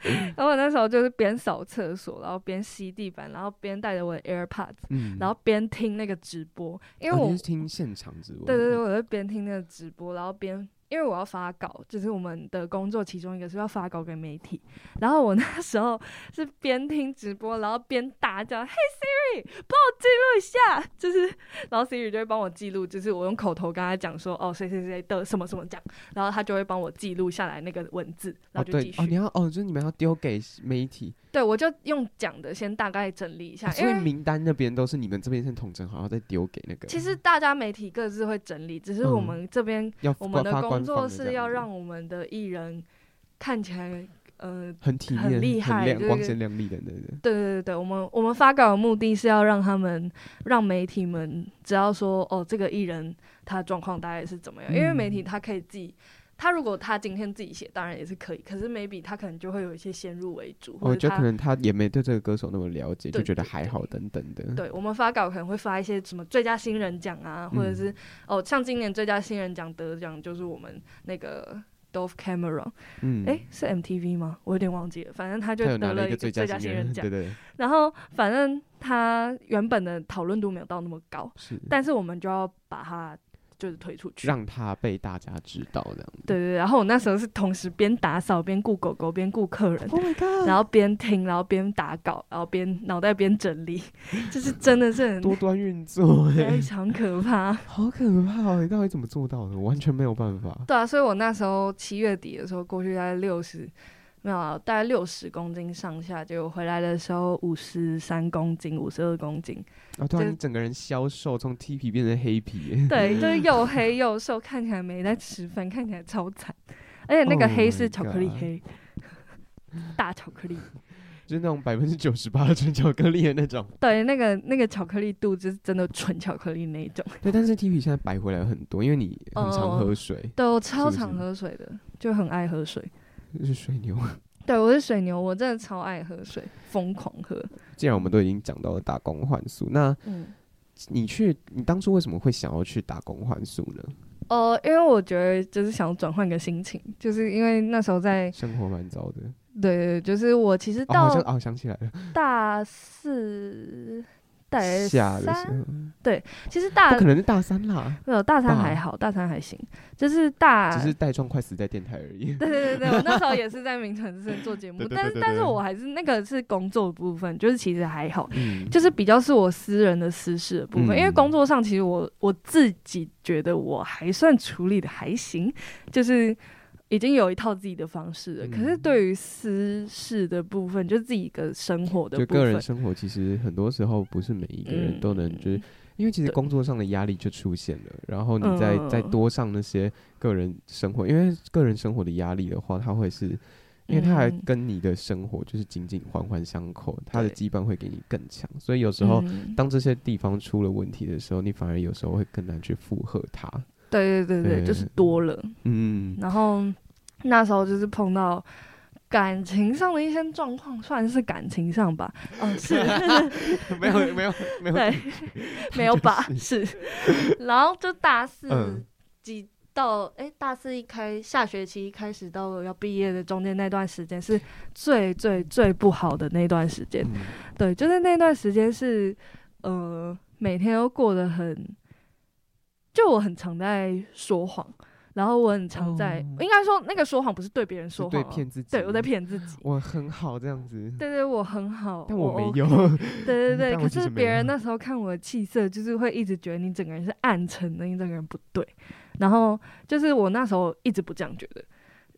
S2: 然后我那时候就是边扫厕所，然后边吸地板，然后边带着我的 AirPods，
S1: 嗯，
S2: 然后边听那个直播，因为
S1: 哦
S2: 我、
S1: 你是听现场直播，哦
S2: 对对对，，我就边听那个直播，然后边因为我要发稿，就是我们的工作其中一个是要发稿给媒体，然后我那时候是边听直播，然后边大叫：“嘿 Siri，帮我记录一下！”就是，然后 Siri 就会帮我记录，就是我用口头跟他讲说：“哦，谁谁谁的什么什么奖”，然后他就会帮我记录下来那个文字，然
S1: 哦
S2: 后就
S1: 对
S2: 继续。
S1: 哦，你要哦，就是你们要丢给媒体，
S2: 对我就用讲的先大概整理一下，
S1: 哦
S2: 啊因
S1: 所以
S2: 为
S1: 名单那边都是你们这边先统整好，然后再丢给那个。
S2: 其实大家媒体各自会整理，
S1: 嗯
S2: 只是我们这边
S1: 要
S2: 我们的
S1: 发
S2: 工
S1: 官方
S2: 作
S1: 的这
S2: 是
S1: 样
S2: 要
S1: 子
S2: 让我们的艺人看起来，呃，
S1: 很体面、
S2: 很厉害
S1: 亮
S2: 就是
S1: 光鲜亮丽的，对对。
S2: 对对对对，我们我们发稿的目的是要让他们让媒体们知道说，哦，这个艺人他状况大概是怎么样，因为
S1: 嗯
S2: 媒体他可以自己。他如果他今天自己写，当然也是可以，可是 maybe 他可能就会有一些先入为主，
S1: 我
S2: 或
S1: 觉得
S2: 者
S1: 可
S2: 他
S1: 能他也没对这个歌手那么了解，就
S2: 对
S1: 觉得
S2: 对
S1: 还
S2: 对
S1: 好等等的。
S2: 对我们发稿可能会发一些什么最佳新人奖啊，或者
S1: 嗯
S2: 是、哦，像今年最佳新人奖得奖就是我们那个 Dove Cameron，
S1: 嗯，
S2: 哎、是 MTV 吗？我有点忘记了，反正他就
S1: 他有拿
S2: 得
S1: 了
S2: 了
S1: 一个
S2: 最
S1: 最佳
S2: 新
S1: 新
S2: 人
S1: 人，
S2: 奖
S1: 对。对
S2: 然后反正他原本的讨论度没有到那么高，
S1: 是。
S2: 但是我们就要把它就是推出去。
S1: 让他被大家知道这样子。
S2: 对对对，然后我那时候是同时边打扫边顾狗狗边顾客人，
S1: ，Oh my god！
S2: 然后边听，然后边打稿，然后边脑袋边整理， 就是真的是很
S1: 多端运作、哎
S2: 非，常可怕。
S1: 好可怕哦！你到底怎么做到的？我完全没有办法。
S2: 对啊，所以我那时候七月底的时候过去大概六十，没有啊，大概六十公斤上下，结果回来的时候五十三公斤、五十二公斤，
S1: 啊，对啊，
S2: 就
S1: 你整个人消瘦，从 T 皮变成黑皮、哎
S2: 对，就是又黑又瘦，看起来没在吃饭，看起来超惨，而且那个
S1: Oh
S2: 黑
S1: my
S2: 是巧克力
S1: God
S2: 黑。大巧克力，
S1: 就是那种百分之九十八的纯巧克力的那种。
S2: 对，那个那个巧克力度就是真的纯巧克力那一种。
S1: 对，但是 T 皮现在白回来很多，因为你很常
S2: 哦
S1: 喝水，
S2: 对，我超
S1: 是不
S2: 常
S1: 是
S2: 喝水的，就很爱喝水。
S1: 就是水牛。
S2: 对，我是水牛，我真的超爱喝水，疯狂喝。
S1: 既然我们都已经讲到了打工换宿，那
S2: 嗯，
S1: 你去，你当初为什么会想要去打工换宿呢？
S2: 呃，因为我觉得就是想转换个心情，就是因为那时候在
S1: 生活蛮糟的。
S2: 对，就是我其实
S1: 哦，好像
S2: 到
S1: 哦，想起来了，
S2: 大四、大
S1: 下的时
S2: 三，啊
S1: 候，
S2: 其实大
S1: 不可能是大三啦，
S2: 没有大三
S1: 吧
S2: 还好，大三还行，就是大
S1: 只是带状快死在电台而已。
S2: 对对对对，我那时候也是在名城之声做节目
S1: 对，对对
S2: 但是
S1: 对
S2: 但是
S1: 对
S2: 我还是那个是工作的部分，就是其实还好，
S1: 嗯，
S2: 就是比较是我私人的私事的部分，
S1: 嗯
S2: 因为工作上其实我我自己觉得我还算处理的还行，就是已经有一套自己的方式了。
S1: 嗯
S2: 可是对于私事的部分，就自己一个生活的
S1: 就
S2: 部
S1: 个
S2: 分嗯
S1: 人，生活，其实很多时候不是每一个人都能，就是、因为其实
S2: 对
S1: 工作上的压力就出现了，然后你再、再
S2: 嗯
S1: 多上那些个人生活，因为个人生活的压力的话，它会是。因为它还
S2: 嗯
S1: 跟你的生活就是紧紧环环相扣，它的
S2: 对
S1: 羁绊会给你更强，所以有时候、
S2: 嗯
S1: 当这些地方出了问题的时候，你反而有时候会更难去附和 它。
S2: 对对对对，
S1: 对
S2: 就是多了。
S1: 嗯，
S2: 然后那时候就是碰到。感情上的一些状况，算是感情上吧，嗯，是
S1: 没有没有没有，
S2: 对，没有吧？是， 然后就大四
S1: 嗯
S2: 几到哎、大四一开下学期一开始到要毕业的中间那段时间是最最最不好的那段时间。
S1: 嗯
S2: 对，就是那段时间是呃每天都过得很，就我很常在说谎，然后我很常在，
S1: 哦
S2: 应该说那个说谎不是对别人说
S1: 是
S2: 谎
S1: 对
S2: 哦、
S1: 骗自己，
S2: 对我在，骗哦自己。
S1: 我很好这样子，
S2: 对对，我很好，
S1: 但我没
S2: OK
S1: 有。
S2: 对对对，
S1: 嗯但
S2: 可
S1: 我其
S2: 是
S1: 实没
S2: 别
S1: 有啊
S2: 人那时候看我的气色，就是会一直觉得你整个人是暗沉的，你整个人不对。然后就是我那时候一直不这样觉得，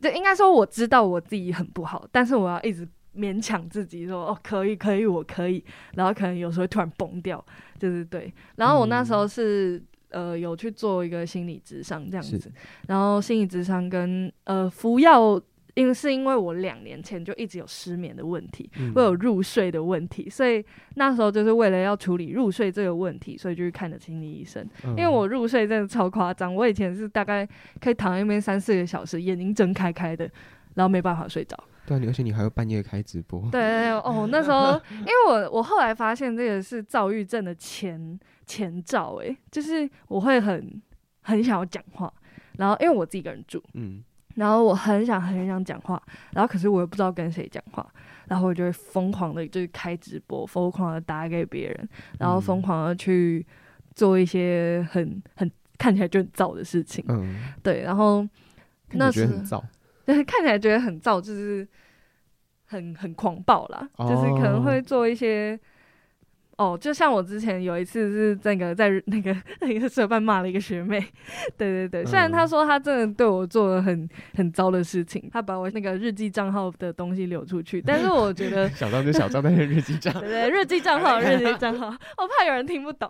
S2: 就应该说我知道我自己很不好，但是我要一直勉强自己说哦可以可以我可以，然后可能有时候会突然崩掉，就是对。然后我那时
S1: 嗯
S2: 候是、呃有去做一个心理智商这样
S1: 是
S2: 子，然后心理智商跟呃服药，因为是因为我两年前就一直有失眠的问题，
S1: 嗯
S2: 会有入睡的问题，所以那时候就是为了要处理入睡这个问题，所以就去看了心理医生。
S1: 因
S2: 因为我入睡真的超夸张，我以前是大概可以躺在那边三四个小时，眼睛睁开开的，然后没办法睡着。
S1: 对啊，你而且你还会半夜开直播，
S2: 对对对，哦，那时候因为我我后来发现这个是躁郁症的前前兆，诶，就是我会很很想要讲话，然后因为我自己一个人住，
S1: 嗯，
S2: 然后我很想很想讲话，然后可是我又不知道跟谁讲话，然后我就会疯狂的就是开直播，疯狂的打给别人，然后疯狂的去做一些很很看起来就很燥的事情，
S1: 嗯，
S2: 对，然后
S1: 看
S2: 那
S1: 你觉得
S2: 是
S1: 很燥，
S2: 就是看起来觉得很燥，就是很很狂暴啦，
S1: 哦
S2: 就是可能会做一些。哦，就像我之前有一次是那个在那个那个社办骂了一个学妹，对对对，虽然
S1: 嗯，
S2: 她说她真的对我做了很很糟的事情，她把我那个日记账号的东西流出去，但是我觉得
S1: 小张就小张在日记
S2: 对
S1: 上，
S2: 对，日记账 号日记账号，我怕有人听不懂，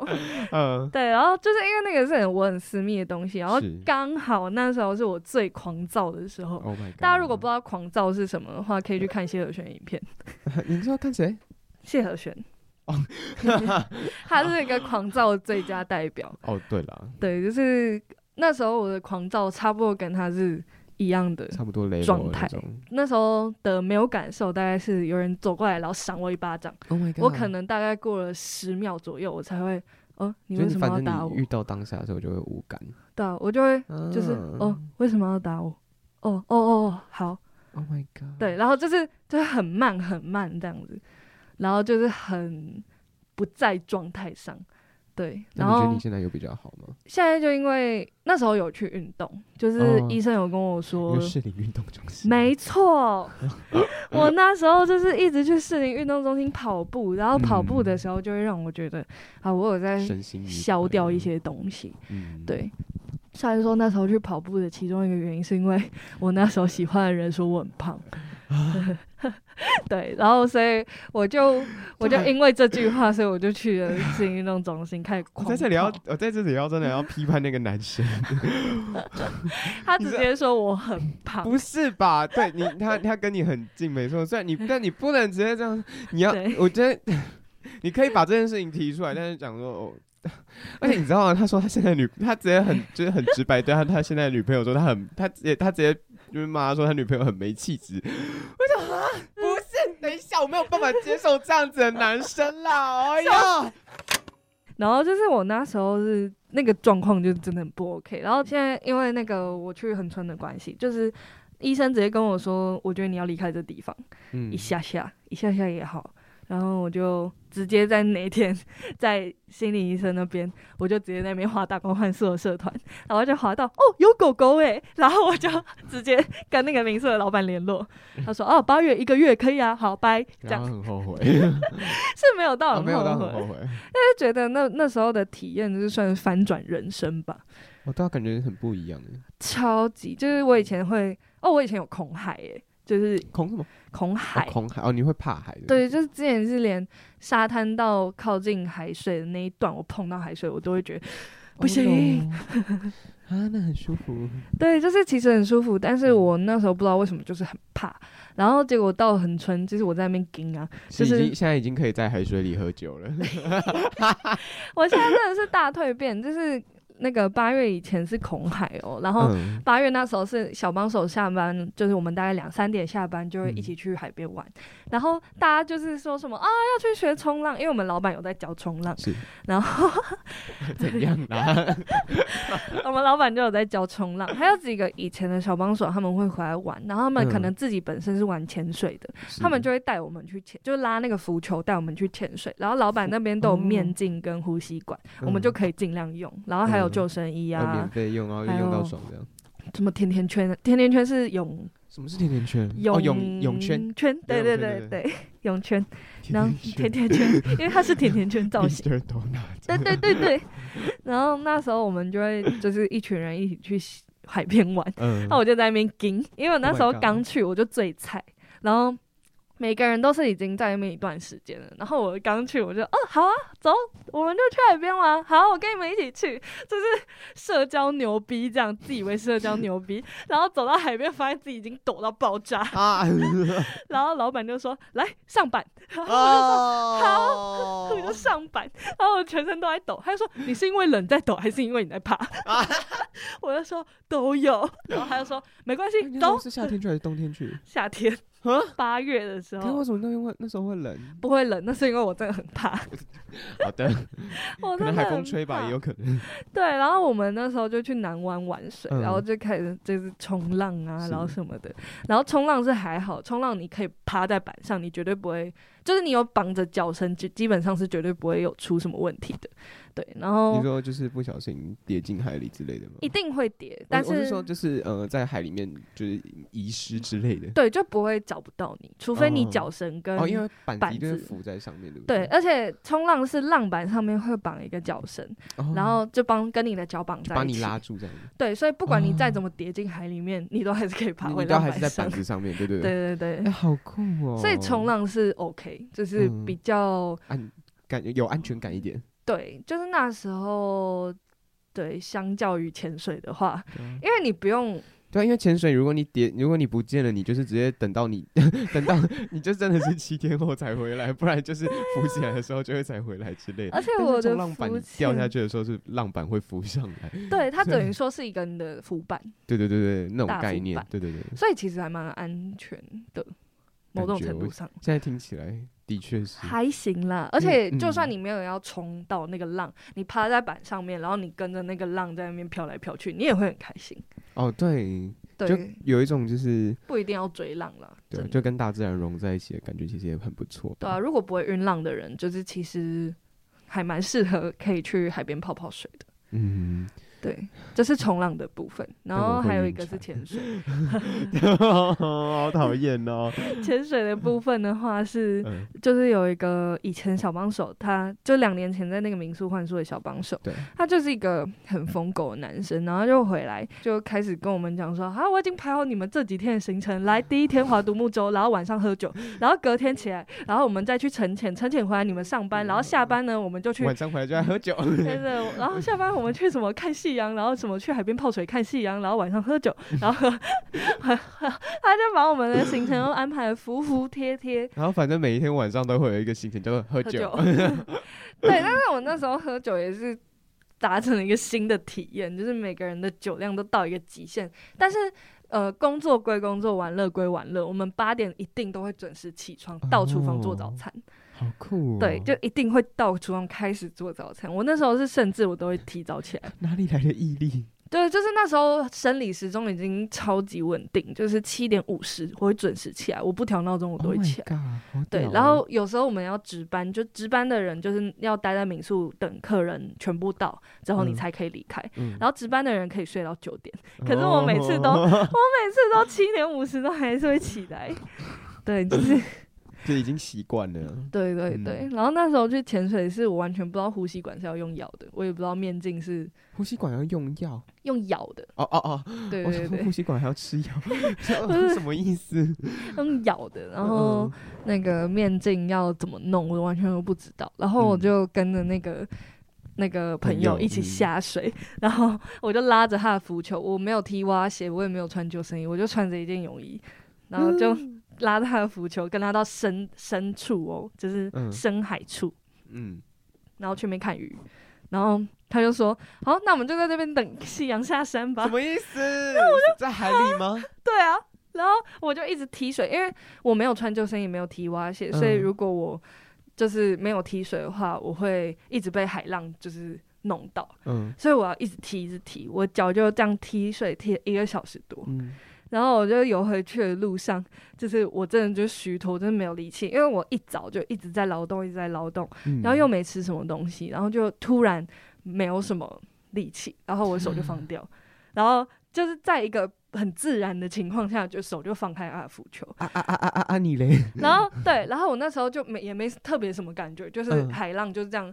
S1: 嗯，
S2: 对，然后就是因为那个是很我很私密的东西，然后
S1: 是
S2: 刚好那时候是我最狂躁的时候，
S1: Oh my god！
S2: 大家如果不知道狂躁是什么的话，可以去看谢和弦影 片。
S1: 道，你知道看谁？
S2: 谢和弦
S1: 哦，
S2: 他是一个狂躁的最佳代表。
S1: 哦，对了，
S2: 对，就是那时候我的狂躁差不多跟他是一样的。
S1: 差不多 level
S2: 状
S1: 那
S2: 态
S1: 种
S2: 那时候的没有感受，大概是有人走过来，然后赏我一巴掌。
S1: Oh my god！
S2: 我可能大概过了十秒左右，我才会，哦，你
S1: 就
S2: 为
S1: 是
S2: 什么
S1: 反
S2: 要
S1: 正
S2: 打我
S1: 你？遇到当下的时候就会无感，
S2: 对啊，我就会就是，哦
S1: 啊，
S2: 为什么要打我？哦哦哦，好，
S1: ，Oh my god！
S2: 对，，然后就是就是很慢很慢这样子，然后就是很不在状态上，对，
S1: 那你
S2: 然
S1: 觉
S2: 后
S1: 得你现在有比较好吗？
S2: 现在就因为那时候有去运动，就是
S1: 哦
S2: 医生有跟我
S1: 一
S2: 说，
S1: 个市林运动中心，
S2: 没 错，我那时候就是一直去士林运动中心跑步，然后跑步
S1: 嗯
S2: 的时候就会让我觉得、啊，我有在
S1: 身心愉
S2: 消
S1: 快
S2: 掉一
S1: 吗，
S2: 些东西。
S1: 嗯，
S2: 对，虽然说那时候去跑步的其中一个原因是因为我那时候喜欢的人说我很 胖。对，然后所以我就我就因为这句话，所以我就去了士林运动中心开始
S1: 我
S2: 狂
S1: 哦在这里要
S2: 跑，
S1: 我在这里要真的要批判那个男生，
S2: 他直接说我很胖，
S1: 不是吧？对你，他他跟你很近，没错。虽然你，但你不能直接这样，你要
S2: 对，
S1: 我觉得你可以把这件事情提出来，但是讲说哦。 而且你知道吗？他说他现在女，他直接很就是很直白，对他他现在女朋友说他很，他直接他直接就是骂他说他女朋友很没气质。我想啊，不是，等一下我没有办法接受这样子的男生啦！哎呀，
S2: 然后就是我那时候是那个状况就真的很不 OK，然后现在因为那个我去恒春的关系，就是医生直接跟我说，我觉得你要离开这地方、
S1: 嗯
S2: 一下下，一下下也好。然后我就直接在那一天在心理医生那边，我就直接在那边滑打工换宿的社团，然后就滑到哦有狗狗诶、然 后我就直接跟那个民宿的老板联络，他说哦八月一个月可以啊，好拜，这
S1: 嗯然
S2: 样
S1: 后很后悔，
S2: 是没有到
S1: 啊
S2: 很
S1: 没有到
S2: 后
S1: 很
S2: 悔，
S1: 后悔，
S2: 就觉得那那时候的体验就是算是翻转人生吧。
S1: 我倒感觉很不一样哎，
S2: 超级，就是我以前会哦，我以前有恐海耶，就是
S1: 空什么？
S2: 恐海，
S1: 哦空海哦，你会怕海的？
S2: 对，就是之前是连沙滩到靠近海水的那一段，我碰到海水，我都会觉
S1: 哦
S2: 得不行，
S1: 啊，那很舒服。
S2: 对，就是其实很舒服，但是
S1: 嗯
S2: 我那时候不知道为什么就是很怕，然后结果到很春，就是我在那边惊啊，
S1: 是
S2: 就
S1: 已
S2: 是
S1: 经现在已经可以在海水里喝酒了。
S2: 我现在真的是大蜕变，就是那个八月以前是恐海哦，然后
S1: 嗯，
S2: 八月那时候是小帮手下班，就是我们大概两三点下班就会
S1: 嗯
S2: 一起去海边玩，然后大家就是说什么啊要去学冲浪，因为我们老板有在教冲浪，
S1: 是
S2: 然后
S1: 怎样啦？
S2: 我们老板就有在教冲浪，还有几个以前的小帮手他们会回来玩，然后他们可
S1: 嗯
S2: 能自己本身是玩潜水的，他们就会带我们去潜，就拉那个浮球带我们去潜水，然后老板那边都有
S1: 哦
S2: 面镜跟呼吸管，
S1: 嗯
S2: 我们就可以尽量用，然后还有
S1: 嗯
S2: 救生衣
S1: 要
S2: 啊
S1: 免，费用，然后就
S2: 还
S1: 用到
S2: 有
S1: 爽这样。
S2: 什么甜甜圈，甜甜圈是泳
S1: 什么是甜甜圈？
S2: 泳
S1: 哦，泳泳圈，
S2: 圈，对对
S1: 泳圈
S2: 对
S1: 对
S2: 对，泳圈。然后
S1: 甜
S2: 甜甜圈，因为它是甜甜圈造型。
S1: Mr. Donut
S2: 对对 对对。然后那时候我们就会就是一群人一起去西海边玩，
S1: 嗯
S2: 那，我就在那边盯，因为我那
S1: Oh my
S2: 时候
S1: God
S2: 刚去，我就最菜，然后。每个人都是已经在那边一段时间了，然后我刚去，我就哦好啊，走，我们就去海边玩，啊好，我跟你们一起去，就是社交牛逼这样，自以为社交牛逼，然后走到海边，发现自己已经抖到爆炸，
S1: 啊
S2: 然后老板就说来上板，然后我就说
S1: 哦
S2: 我就上板，然后我全身都在抖。他就说：“你是因为冷在抖，还是因为你在怕？” 我就说都有。然后他就说：“没关系，
S1: 都
S2: 走。
S1: 是夏天去还是冬天去？”
S2: 夏天
S1: 啊，
S2: 八月的时
S1: 可是为
S2: 候
S1: 什么那边会那时候会冷？
S2: 不会冷，那是因为我真的很怕，
S1: 好的，
S2: 我
S1: 可
S2: 真的
S1: 能海风
S2: 很
S1: 吹吧，
S2: 怕
S1: 也有可能。
S2: 对。然后我们那时候就去南湾玩水，
S1: 嗯
S2: 然后就开始就是冲浪啊，
S1: 是
S2: 然后什么的。然后冲浪是还好，冲浪你可以趴在板上，你绝对不会，就是你有绑着脚绳，基基本上是绝对不会有出什么问题的。对，然后
S1: 你说就是不小心跌进海里之类的吗？
S2: 一定会跌，但
S1: 我我是说就是呃，在海里面就是遗失之类 的。
S2: 对，就不会找不到你，除非你
S1: 哦
S2: 脚绳跟、
S1: 哦，因为板
S2: 嗯板
S1: 子一定会
S2: 子
S1: 浮在上面，对不
S2: 对，
S1: 对？
S2: 而且冲浪是浪板上面会绑一个脚绳，
S1: 哦
S2: 然后就帮跟你的脚绑
S1: 就
S2: 在
S1: 把
S2: 一
S1: 你
S2: 起。
S1: 拉住这 样子，
S2: 对，所以不管你再
S1: 哦
S2: 怎么跌进海里面，你都还是可以爬
S1: 你
S2: 回
S1: 你都
S2: 浪
S1: 还是在
S2: 上
S1: 板。子上面，对对对。
S2: 对对对
S1: 哎，，好酷哦！
S2: 所以冲浪是 OK，就是
S1: 嗯
S2: 比较、
S1: 安感觉有安全感一点。
S2: 对，就是那时候对，相较于潜水的话，因为你不用
S1: 对啊，因为潜水，如果你跌，如果你不见了，你就是直接等到你 等到你就真的是七天后才回来，不然就是浮起来的时候就会才回来之类的。
S2: 而且
S1: 但是
S2: 哎我的
S1: 冲浪板
S2: 浮
S1: 你掉下
S2: 潜
S1: 去的时候是浪板会浮上来，
S2: 对它
S1: 所
S2: 等
S1: 以
S2: 于说是一个你的浮板，
S1: 对对对对，那
S2: 大
S1: 种概
S2: 浮
S1: 念
S2: 板，
S1: 对对对。
S2: 所以其实还蛮安全的，某
S1: 感
S2: 种
S1: 觉
S2: 程
S1: 我
S2: 度上。
S1: 现在听起来的确是，
S2: 还行啦，而且就算
S1: 嗯
S2: 你没有要冲到那个浪，你趴在板上面，然后你跟着那个浪在那边飘来飘去，你也会很开心。
S1: 哦，对，就
S2: 对，
S1: 有一种就是
S2: 不一定要追浪啦，
S1: 对啊，
S2: 真的啊
S1: 就跟大自然融在一起的感觉，其实也很不错吧。
S2: 对啊。如果不会晕浪的人，就是其实还蛮适合可以去海边泡泡水的。
S1: 嗯，
S2: 对，这是冲浪的部分，
S1: 但
S2: 然
S1: 我
S2: 后
S1: 会
S2: 还有一
S1: 晕
S2: 个是
S1: 船
S2: 潜水。
S1: 嗯好讨厌 哦。
S2: 潜水的部分的话是，
S1: 嗯，
S2: 就是有一个以前小帮手，他就两年前在那个民宿换宿的小帮手，
S1: 对，
S2: 他就是一个很疯狗的男生，然后就回来就开始跟我们讲说，啊，我已经排好你们这几天的行程，来第一天划独木舟，然后晚上喝酒，然后隔天起来，然后我们再去晨潜，晨潜回来你们上班，然后下班呢我们就去
S1: 晚上回来就爱喝酒。
S2: 对对，然后下班我们去什么看夕阳，然后什么去海边泡水看夕阳，然后晚上喝 酒，然后他就把我们的行程都安排的服服帖帖。
S1: 然后反正每一天晚上都会有一个行程叫做喝
S2: 喝
S1: 酒。
S2: 对，但是我那时候喝酒也是达成了一个新的体验，就是每个人的酒量都到一个极限。但是呃，工作归工作，玩乐归玩乐，我们八点一定都会准时起床，到厨房做早
S1: 哦
S2: 餐。
S1: 好酷、哦。
S2: 对，就一定会到厨房开始做早餐。我那时候是甚至我都会提早起来。
S1: 哪里来的毅力？
S2: 对，就是那时候生理时钟已经超级稳定，就是七点五十我会准时起来，我不调闹钟我都会
S1: Oh my
S2: 起来。
S1: God，好
S2: 对
S1: 屌，
S2: 然
S1: 哦
S2: 后有时候我们要值班，就值班的人就是要待在民宿等客人全部到之后，你
S1: 嗯
S2: 才可以离开。
S1: 嗯哦
S2: 然后值班的人可以睡到九点，可是我每次 都 我每次都七点五十都还是会起来。对，就是
S1: 就已经习惯了。
S2: 对对对。然后那时候去潜水是我完全不知道呼吸管是要用咬的，我也不知道面镜是
S1: 呼吸管要用药，
S2: 用咬的。
S1: 哦哦哦，
S2: 对
S1: 我
S2: 对
S1: 想说
S2: 对
S1: 呼，吸管还要吃药，
S2: 是
S1: 什么意思？
S2: 用咬的。然
S1: 嗯
S2: 后那个面镜要怎么弄，我完全都不知道。然后我
S1: 嗯
S2: 就跟着那个、那个朋友
S1: 朋友嗯
S2: 一起下水，然后我就拉着他的浮球，我没有踢蛙鞋，我也没有穿救生衣，我就穿着一件泳衣，然后就
S1: 嗯
S2: 拉着他的浮球，跟他到深深处哦，就是
S1: 嗯
S2: 深海处，
S1: 嗯，
S2: 然后去那边看鱼，然后。他就说：“好，那我们就在这边等夕阳下山吧。”
S1: 什么意思？那我就在海里吗？
S2: 对啊，然后我就一直踢水，因为我没有穿救生衣，没有踢蛙鞋，所以
S1: 嗯
S2: 如果我就是没有踢水的话，我会一直被海浪就是弄到，
S1: 嗯
S2: 所以我要一直踢，一直踢，我脚就这样踢水踢了一个小时多，
S1: 嗯，
S2: 然后我就游回去的路上，就是我真的就虚脱，真的没有力气，因为我一早就一直在劳动，一直在劳动，
S1: 嗯
S2: 然后又没吃什么东西，然后就突然没有什么力气，然后我手就放 掉，然后就是在一个很自然的情况下，就手就放开阿浮球，
S1: 啊啊啊啊啊啊！你嘞？
S2: 然后对，然后我那时候就没也没特别什么感觉，就是
S1: 嗯
S2: 海浪就是这样。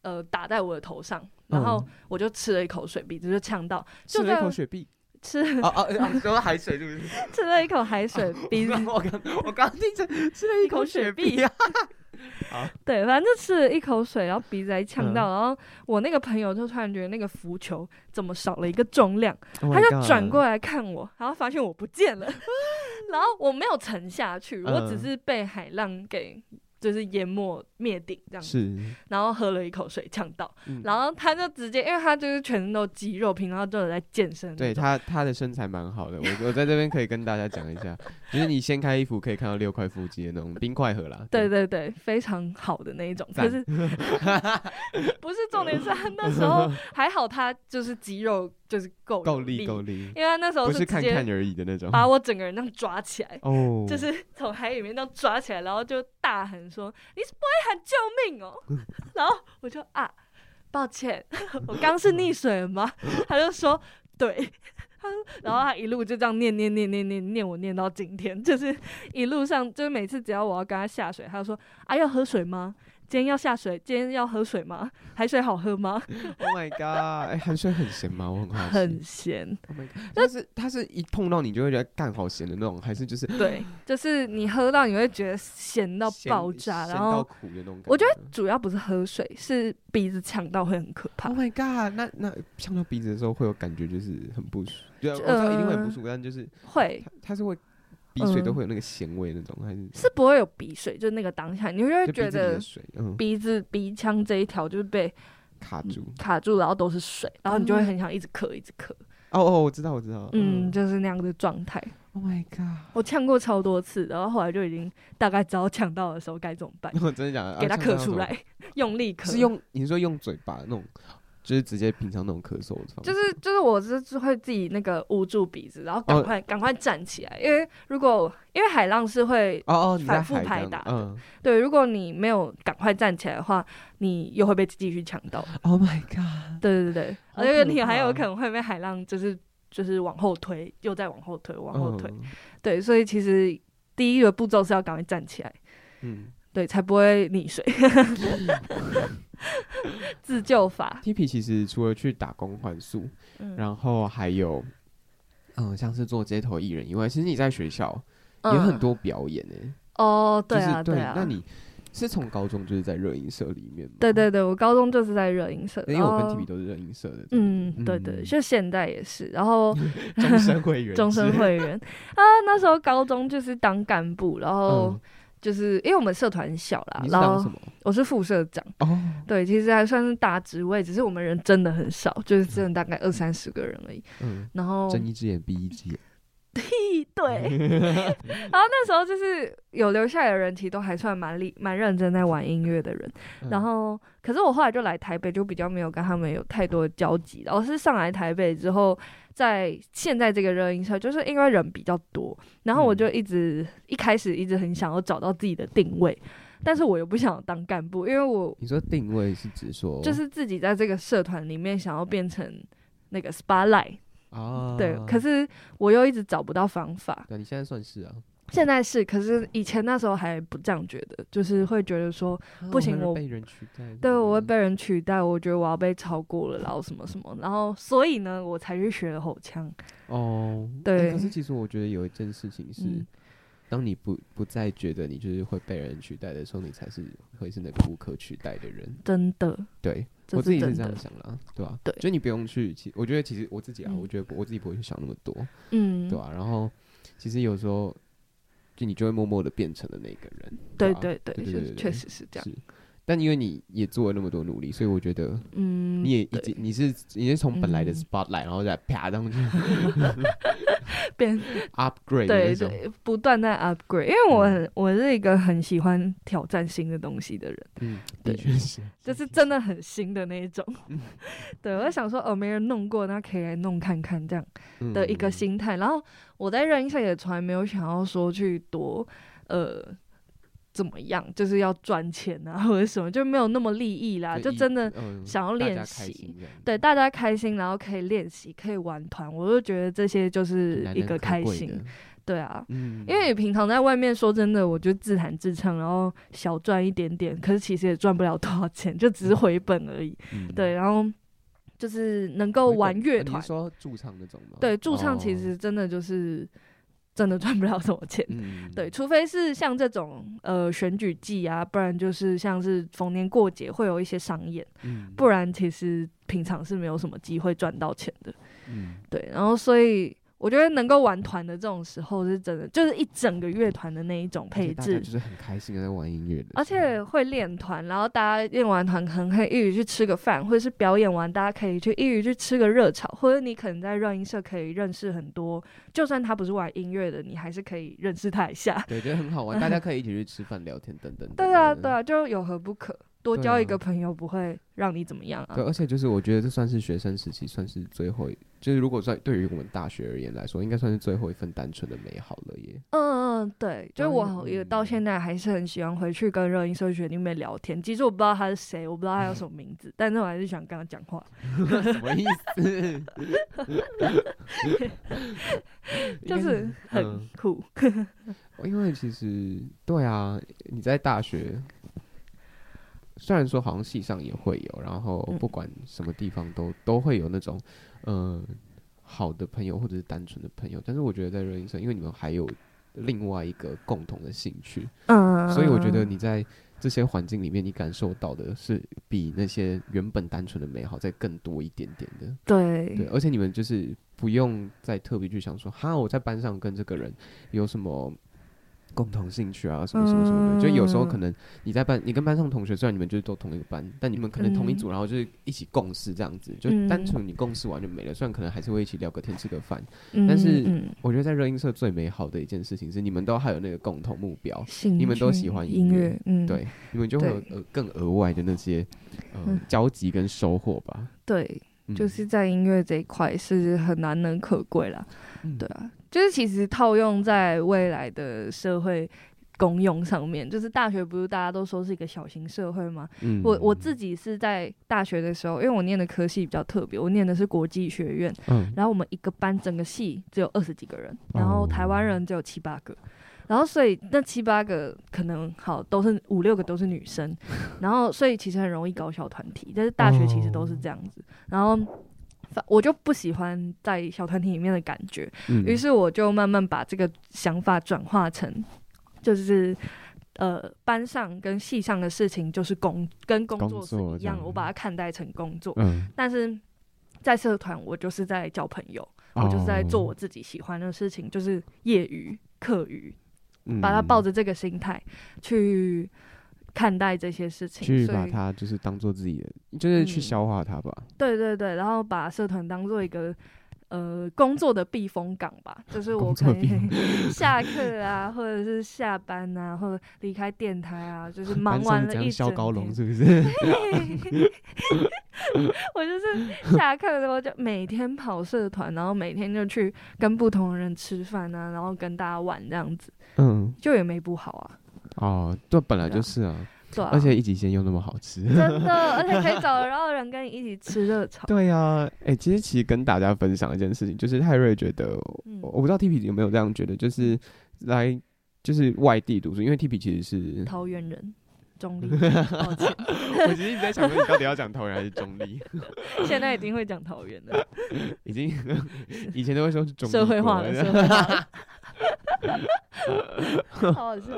S2: 呃，打在我的头上， 然
S1: 嗯
S2: 后我就吃了一口水，鼻子就呛到，就
S1: 吃了一口
S2: 在
S1: 雪 碧。
S2: 吃
S1: 啊 啊！啊说海水是 不是？
S2: 吃了一口 海水，鼻子
S1: 我刚我刚听成吃了一口雪
S2: 一 口
S1: 碧啊！
S2: 对，反正就吃了一口水，然后鼻子还呛到，
S1: 嗯
S2: 然后我那个朋友就突然觉得那个浮球怎么少了一个重量，
S1: Oh my
S2: 他
S1: god
S2: 就转过来看我，然后发现我不见了， 然后我没有沉下去，我只
S1: 嗯
S2: 是被海浪给就是淹没灭顶这样，
S1: 是，
S2: 然后喝了一口水呛到，
S1: 嗯
S2: 然后他就直接，因为他就是全身都有肌肉，平常都有在健身，
S1: 对，他他的身材蛮好的，我我在这边可以跟大家讲一下， 就是你掀开衣服可以看到六块腹肌的那种冰块盒啦。
S2: 对对对，非常好的那一种，
S1: 赞
S2: 可是不是重点是他那时候还好，他就是肌肉就是够 有
S1: 够力够力，
S2: 因为他那时候
S1: 不是
S2: 直
S1: 看
S2: 接
S1: 看而已的那种。
S2: 把我整个人这样抓起来，
S1: 哦，
S2: 就是从海里面这样抓起来，然后就大喊说：“你是不会喊救命哦！”
S1: 嗯
S2: 然后我就啊，抱歉， 我刚是溺水了吗？他就说对。 他说然后他一路就这样念念念念念念我念到今天，就是一路上就是每次只要我要跟他下水，他就说啊要喝水吗？今天要下水，今天要喝水吗？海水好喝吗？
S1: Oh my god！哎，韩水很咸吗？我很好奇。
S2: 很咸，
S1: Oh my god！但是它是一碰到你就会觉得干好咸的那种，还是就是
S2: 对，就是你喝到你会觉得咸到
S1: 咸
S2: 爆炸，
S1: 咸
S2: 然
S1: 到
S2: 后
S1: 苦的那种感
S2: 我觉
S1: 得。
S2: 主要不是喝水，是鼻子呛到会很可怕
S1: Oh。my，Oh god！那那呛到鼻子的时候会有感觉，就是很不舒服。对啊，我知道一定会很不舒服，但就是
S2: 会
S1: 它它是会鼻水都
S2: 呃嗯
S1: 会有那个咸味那种，还是
S2: 是不会有鼻水，就那个当下，你就会
S1: 就鼻
S2: 觉
S1: 子里
S2: 得
S1: 的水嗯
S2: 鼻嗯子、鼻腔这一条就是被
S1: 卡住？
S2: 卡住，然后都是水，然后你就会很想一直咳，一直咳，
S1: 哦哦，我知道我知道。
S2: 嗯，就是那样的状态。
S1: ，Oh my god！
S2: 我呛过超多次，然后后来就已经大概知道呛到 的时候该怎么办，
S1: 我真的讲，啊
S2: 给它
S1: 它
S2: 咳出来，用力咳，
S1: 是用你是说用嘴巴那种？就是直接平常那种咳嗽的方式，
S2: 就是就是我就是会自己那个捂住鼻子，然后
S1: 哦
S2: 赶快赶、快站起来，因为如果因为海浪是会
S1: 哦哦，你在
S2: 反复
S1: 海这
S2: 拍
S1: 样
S2: 打的
S1: 嗯
S2: 对，如果你没有赶快站起来的话，你又会被继续呛 到。
S1: ，Oh my god，
S2: 对对对，
S1: 好
S2: 而且
S1: 可
S2: 你还
S1: 怕
S2: 有
S1: 哦
S2: 可能会被海浪就是就是往后推，又再往后推，往后推。
S1: 嗯
S2: 对，所以其实第一个步骤是要赶快站起来，
S1: 嗯，
S2: 对，才不会溺 水。自救法，
S1: t p 其实除了去打工换宿，
S2: 嗯
S1: 然后还有，嗯，像是做街头艺人以外，其实你在学校也很多表演诶、
S2: 嗯哦，嗯对
S1: 就
S2: 啊，
S1: 是对，
S2: 啊，
S1: 那你是从高中就是在热音社里面吗？
S2: 对对对，我高中就是在热音社，
S1: 因为我跟
S2: 然后
S1: T B 都是热音社的，
S2: 嗯，对对，
S1: 嗯
S2: 就现在也是，然后
S1: 终身会员，
S2: 终身，会 员啊，那时候高中就是当干部，然后
S1: 嗯，
S2: 就是、因为我们社团小啦
S1: 你，是
S2: 然
S1: 当
S2: 后
S1: 什么？
S2: 我是副社长，
S1: 哦，
S2: 对，其实还算是大职位，只是我们人真的很少，就是真的大概二三十个人而已，
S1: 嗯，
S2: 然后
S1: 睁一只眼闭一只眼，
S2: 屁 对，然后那时候就是有留下来的人，其实都还算蛮厉蛮认真在玩音乐的人。
S1: 嗯
S2: 然后，可是我后来就来台北，就比较没有跟他们有太多的交集。然后是上来台北之后，在现在这个热音社，就是因为人比较多，然后我
S1: 嗯
S2: 就一直、一开始一直很想要找到自己的定位，但是我又不想当干部，因为我
S1: 你说定位是指说，
S2: 就是自己在这个社团里面想要变成那个 spotlight，、
S1: 啊，
S2: 对，可是我又一直找不到方法。
S1: 对你现在算是啊，
S2: 现在是，可是以前那时候还不这样觉得，就是会觉得说，
S1: 啊
S2: 不行
S1: 还是
S2: 我
S1: 被人取代，
S2: 对我会
S1: 不
S2: 被人取代，我觉得我要被超过了，然后什么什么，然后所以呢，我才去学了吼腔。
S1: 哦，
S2: 对
S1: 欸可是其实我觉得有一件事情是，
S2: 嗯
S1: 当你不不再觉得你就是会被人取代的时候，你才是会是那个无可取代的人。
S2: 真的，
S1: 对
S2: 这
S1: 我自己
S2: 真
S1: 是这样
S2: 的，
S1: 想啦，对吧、
S2: 对
S1: 就你不用去，其我觉得其实我自己啊，
S2: 嗯
S1: 我觉得不我自己不会去想那么多，
S2: 嗯，
S1: 对吧、然后其实有时候就你就会默默的变成了那个人，
S2: 对
S1: 吧
S2: 对对，
S1: 对对对
S2: 确
S1: 对
S2: 确实是这样，
S1: 是。但因为你也做了那么多努力，所以我觉得
S2: 嗯，
S1: 你也已经、你是你是从本来的
S2: 嗯
S1: spotlight，、然后再啪上 去
S2: 变
S1: upgrade 的
S2: 对
S1: 那种，
S2: 对，不断在 upgrade，因为我
S1: 嗯
S2: 很我是一个很喜欢挑战新的东西的人，
S1: 嗯，
S2: 对
S1: 的确是，嗯
S2: 就是真的很新的那一种。 对，我就想说，哦，没人弄过，那可以来弄看看这样。的一个
S1: 嗯
S2: 心态。然后我在热音社也从来没有想要说去多呃怎么样，就是要赚钱啊或者什么，就没有那么利益啦，啊就
S1: 一
S2: 真的。
S1: 嗯
S2: 想要
S1: 大
S2: 练
S1: 家开
S2: 习
S1: 心这样
S2: 对，大家开心，然后可以练习，可以玩团，我就觉得这些就
S1: 很
S2: 是
S1: 难
S2: 一
S1: 能
S2: 个
S1: 可
S2: 开
S1: 贵
S2: 心
S1: 的。
S2: 对啊，
S1: 嗯，
S2: 因为你平常在外面，说真的，我就自弹自唱，然后小赚一点点，可是其实也赚不了多少钱，就只是回本而已。
S1: 嗯
S2: 对，然后就是能够
S1: 回
S2: 玩
S1: 本
S2: 乐
S1: 啊
S2: 团
S1: 你是，说驻唱那种吗？
S2: 对，驻唱其
S1: 哦
S2: 实真的就是真的赚不了什么钱。
S1: 嗯，
S2: 对，除非是像这种呃选举季啊，不然就是像是逢年过节会有一些商演，
S1: 嗯，
S2: 不然其实平常是没有什么机会赚到钱的。
S1: 嗯，
S2: 对，然后所以我觉得能够玩团的这种时候是真的，就是一整个乐团的那一种
S1: 而且
S2: 配
S1: 大家
S2: 置
S1: 就，是很开心的在玩音乐的，
S2: 而且会练团，然后大家练完团可能可以一起去吃个饭，或者是表演完大家可以去一起去吃个热炒，或者你可能在热音社可以认识很多，就算他不是玩音乐的，你还是可以认识他一下。
S1: 对，觉得很好玩，大家可以一起去吃饭、聊天等等。等
S2: 对啊，
S1: 等
S2: 对啊，就有何不可？多
S1: 对
S2: 交一
S1: 啊
S2: 个朋友不会让你怎么样啊
S1: 对，？而且就是我觉得这算是学生时期，算是最后一，就是如果算对于我们大学而言来说，应该算是最后一份单纯的美好了 耶。
S2: 嗯嗯，对，就是
S1: 当然
S2: 我也
S1: 嗯
S2: 到现在还是很喜欢回去跟热音社学弟妹聊天。其实我不知道他是谁，我不知道他 有什么名字，但是我还是喜欢跟他讲话。
S1: 什么意思？ 应
S2: 就
S1: 该
S2: 是很
S1: 嗯
S2: 酷。
S1: 因为其实对啊，你在大学，虽然说好像系上也会有，然后
S2: 嗯
S1: 不管什么地方都、都会有那种，嗯、好的朋友或者是单纯的朋友，但是我觉得在热音社，因为你们还有另外一个共同的兴趣，
S2: 嗯，
S1: 所以我觉得你在这些环境里面，你感受到的是比那些原本单纯的美好再更多一点点的。
S2: 对
S1: 对，而且你们就是不用再特别去想说，哈，我在班上跟这个人有什么共同兴趣啊，什么什么什么的。就有时候可
S2: 嗯
S1: 能你在班，你跟班上同学，虽然你们就是都同一个班，但你们可能同一组，然后就是一起共事这样子，就
S2: 嗯
S1: 单纯你共事完就没了。虽然可能还是会一起聊个天、吃个饭。
S2: 嗯
S1: 但是
S2: 嗯
S1: 我觉得在热音社最美好的一件事情是，你们都还有那个共同目标，
S2: 兴
S1: 你们都喜
S2: 趣
S1: 欢音
S2: 音
S1: 乐
S2: 乐，嗯，
S1: 对，你们就会有呃更额外的那些呃
S2: 嗯
S1: 交集跟收获吧。
S2: 对，
S1: 嗯
S2: 就是在音乐这一块是很难能可贵啦。
S1: 嗯
S2: 对啊，就是其实套用在未来的社会公用上面，就是大学不是大家都说是一个小型社会吗？
S1: 嗯
S2: 我我自己是在大学的时候，因为我念的科系比较特别，我念的是国际学院，
S1: 嗯
S2: 然后我们一个班整个系只有二十几个人，然后
S1: 哦
S2: 台湾人只有七八个。然后，所以那七八个可能好都是五六个都是 女生，然后所以其实很容易搞小团体，但是大学其实都是这样子。然后反我就不喜欢在小团体里面的感觉，
S1: 嗯
S2: 于是我就慢慢把这个想法转化成，就是呃班上跟系上的事情就是工跟工
S1: 工
S2: 作是
S1: 作
S2: 一
S1: 这样
S2: 样的，我把它看待成工作。
S1: 嗯，
S2: 但是在社团，我就是在交朋友，我就是
S1: 哦
S2: 在做我自己喜欢的事情，就是业余、课余，把它抱
S1: 着
S2: 着这个心态去看待这些事情，
S1: 去
S2: 所
S1: 把
S2: 以
S1: 它就是当做自己的，就是去
S2: 嗯
S1: 消化它吧。
S2: 对对对，然后把社团当做一个呃工作的避风港吧，就是我
S1: 工作
S2: 可
S1: 的避风
S2: 以 下课啊，或者是下班啊，或者离开电台 啊，就是忙
S1: 班上
S2: 完
S1: 怎
S2: 了
S1: 样
S2: 一整
S1: 削高
S2: 天
S1: 龙，是不是？
S2: 我就是下课的时候就每天跑社团，然后每天就去跟不同的人吃饭啊，然后跟大家玩这样子，
S1: 嗯，
S2: 就也没不好啊，
S1: 哦，对，本来
S2: 对啊
S1: 就是啊，
S2: 对啊，
S1: 而且一级鲜又那么好吃。
S2: 真的，而且可以找得到人跟你一起吃热炒，
S1: 对呀、哎、其实其实跟大家分享一件事情，就是泰瑞觉得，
S2: 嗯
S1: 我我不知道 T P 有没有这样觉得，就是来就是外地读书，因为 T P 其实 是，
S2: 桃园人。中立，抱歉，
S1: 我其实一直在想说你到底要讲桃园还是中立，
S2: 现在已经会讲桃园了，
S1: 已经 以前都会说是中立
S2: 社会化
S1: 国
S2: 了，
S1: 然后
S2: 社会化 了，好好笑。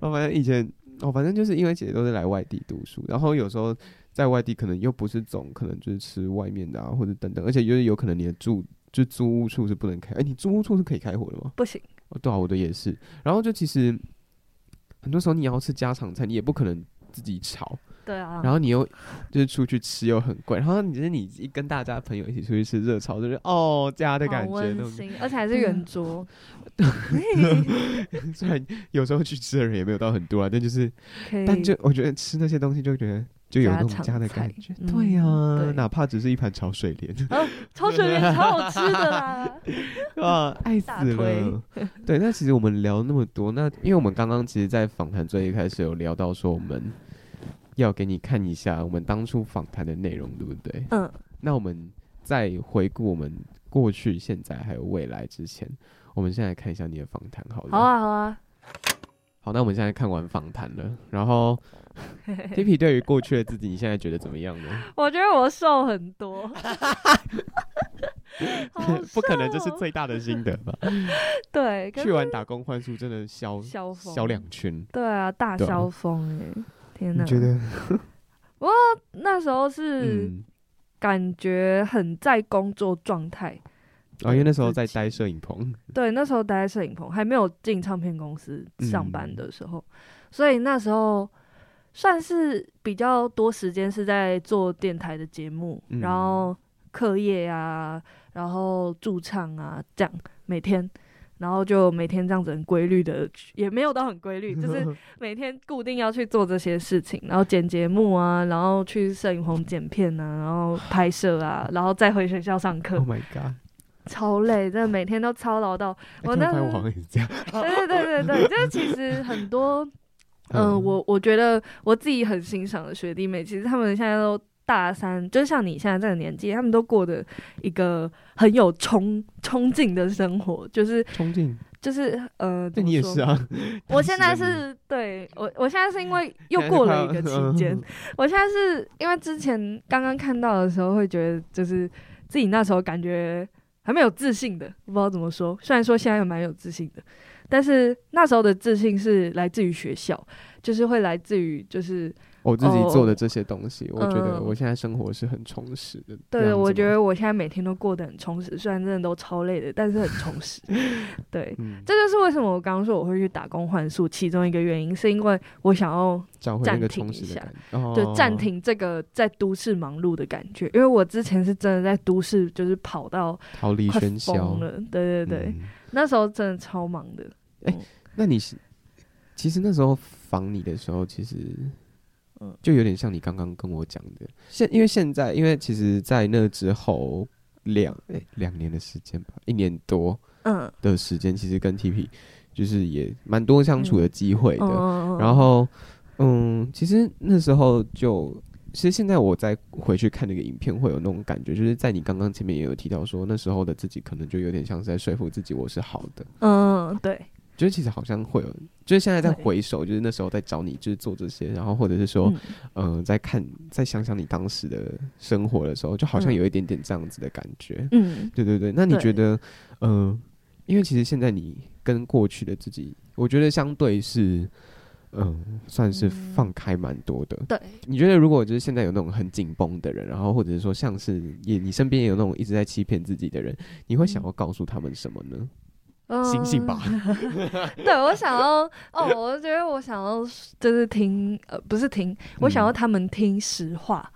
S1: 哦，反正以前哦，反正就是因为姐姐都是来外地读书，然后有时候在外地可能又不是总，可能就是吃外面的啊，或者等等，而且就是有可能你的住就租屋处是不能开，哎、你租屋处是可以开火的吗？
S2: 不行，
S1: 哦，对啊，我的也是。然后就其实很多时候你要吃家常菜，你也不可能自己炒，
S2: 对啊，
S1: 然后你又就是出去吃又很贵，然后你就是你一跟大家朋友一起出去吃热炒，就是哦家的
S2: 好
S1: 感觉那
S2: 温
S1: 种。
S2: 馨，而且还是圆桌，
S1: 虽然有时候去吃的人也没有到很多啊，但就是
S2: 可以，
S1: 但就我觉得吃那些东西就觉得就有那种
S2: 嗯家常
S1: 家的
S2: 菜
S1: 感觉，
S2: 嗯
S1: 对呀、
S2: 对
S1: 哪怕只是一盘炒水莲，
S2: 超水莲超好吃 的啦，
S1: 啊，爱死
S2: 大推
S1: 了。 对，那其实我们聊那么多，那因为我们刚刚其实，在访谈最一开始有聊到说，我们要给你看一下我们当初访谈的内容，对不对？
S2: 嗯，
S1: 那我们再回顾我们过去、现在还有未来之前，我们现在看一下你的访谈好了。
S2: 好啊好啊，
S1: 好那我们现在看完访谈了，然 后 t i p i 对于过去的自己，你现在觉得怎么样呢？
S2: 我觉得我瘦很 多，好
S1: 不可能，这是
S2: 瘦
S1: 最大的心得吧？
S2: 哦对，可
S1: 去完打工换宿，真的消
S2: 消风
S1: 消两圈。
S2: 对啊，大
S1: 对啊
S2: 萧峰哎，天哪，
S1: 你觉得？
S2: 那时候是
S1: 嗯，
S2: 感觉很在工作状态，
S1: 哦，因为那时候
S2: 自
S1: 在
S2: 己
S1: 待摄影棚。
S2: 对，那时候待在摄影棚，还没有进唱片公司上班
S1: 嗯
S2: 的时候，所以那时候算是比较多时间是在做电台的节目，
S1: 嗯
S2: 然后课业啊，然后驻唱啊，这样每天。然后就每天这样子很规律的，也没有到很规律， 就是每天固定要去做这些事情，然后剪节目啊，然后去摄影棚剪片啊，然后拍摄啊，然后再回学校上课，
S1: Oh my god！
S2: 超累，真的每天都操劳到
S1: 我
S2: 我
S1: 那
S2: 那
S1: 发现我好像也是这样。
S2: 对对对对对，就是其实很 多，嗯、
S1: 嗯
S2: 我我觉得我自己很欣赏的学弟妹，其实他们现在都大三，就像你现在这个年纪，他们都过的一个很有冲冲劲的生活，就是
S1: 冲劲，
S2: 就是呃，
S1: 对
S2: 怎么
S1: 你也
S2: 说
S1: 是啊。
S2: 我现在
S1: 当时的你
S2: 是对我，我现在是 因为又
S1: 现在是嗯
S2: 过
S1: 快
S2: 了一
S1: 要
S2: 个期间，我现在是因为之前刚刚看到的时候，会觉得就是自己那时候感觉还没有自信的，我不知道怎么说。虽然说现在也蛮有自信的，但是那时候的自信是来自于学校，就是会来自于就是
S1: 哦我自己
S2: 哦
S1: 做的这些东西，我觉得
S2: 嗯
S1: 我现在生活是很充实的。这
S2: 对，
S1: 样子
S2: 我
S1: 吗
S2: 觉，得我现在每天都过得很充实，虽然真的都超累的，但是很充 实。对，
S1: 嗯，
S2: 这就是为什么我刚刚说我会去打工换宿，其中一个原因是因为我想要
S1: 找回那个
S2: 暂停
S1: 充
S2: 一
S1: 实的
S2: 下
S1: 感觉，哦
S2: 就暂。停这个在都市忙碌的感觉，因为我之前是真的在都市就是跑到
S1: 逃离
S2: 快
S1: 喧嚣
S2: 疯。了，对对对，
S1: 嗯
S2: 那时候真的超忙的。
S1: 那你是其实那时候防你的时候，其实
S3: 嗯
S1: 就有点像你刚刚跟我讲的。现因为现在，因为其实，在那之后两诶两、年的时间吧，一年多
S2: 嗯，
S1: 的时间，其实跟 TP 就是也蛮多相处的机会的。
S2: 嗯
S1: 然后，嗯，其实那时候就，其实现在我再回去看那个影片，会有那种感觉，就是在你刚刚前面也有提到说，那时候的自己可能就有点像是在说服自己我是好的，
S2: 嗯，嗯对，
S1: 就是其实好像会有，就是现在在
S2: 会
S1: 回首，就是那时候在找你，就是做这些，然后或者是说，嗯、呃，在看，再想想你当时的生活的时候，就好像
S2: 嗯
S1: 有一点点这样子的感觉。
S2: 嗯，
S1: 对对对，那你
S2: 对
S1: 觉得，嗯、因为其实现在你跟过去的自己，我觉得相对是，嗯、算是放开蛮多的。
S2: 嗯对，
S1: 你觉得如果就是现在有那种很紧绷的人，然后或者是说像是也你身边也有那种一直在欺骗自己的人，你会想要告诉他们什么呢？
S2: 嗯
S1: 醒醒吧！
S2: 对我想要哦，我觉得我想要就是听呃，不是听，我
S1: 嗯
S2: 想要他们听实话，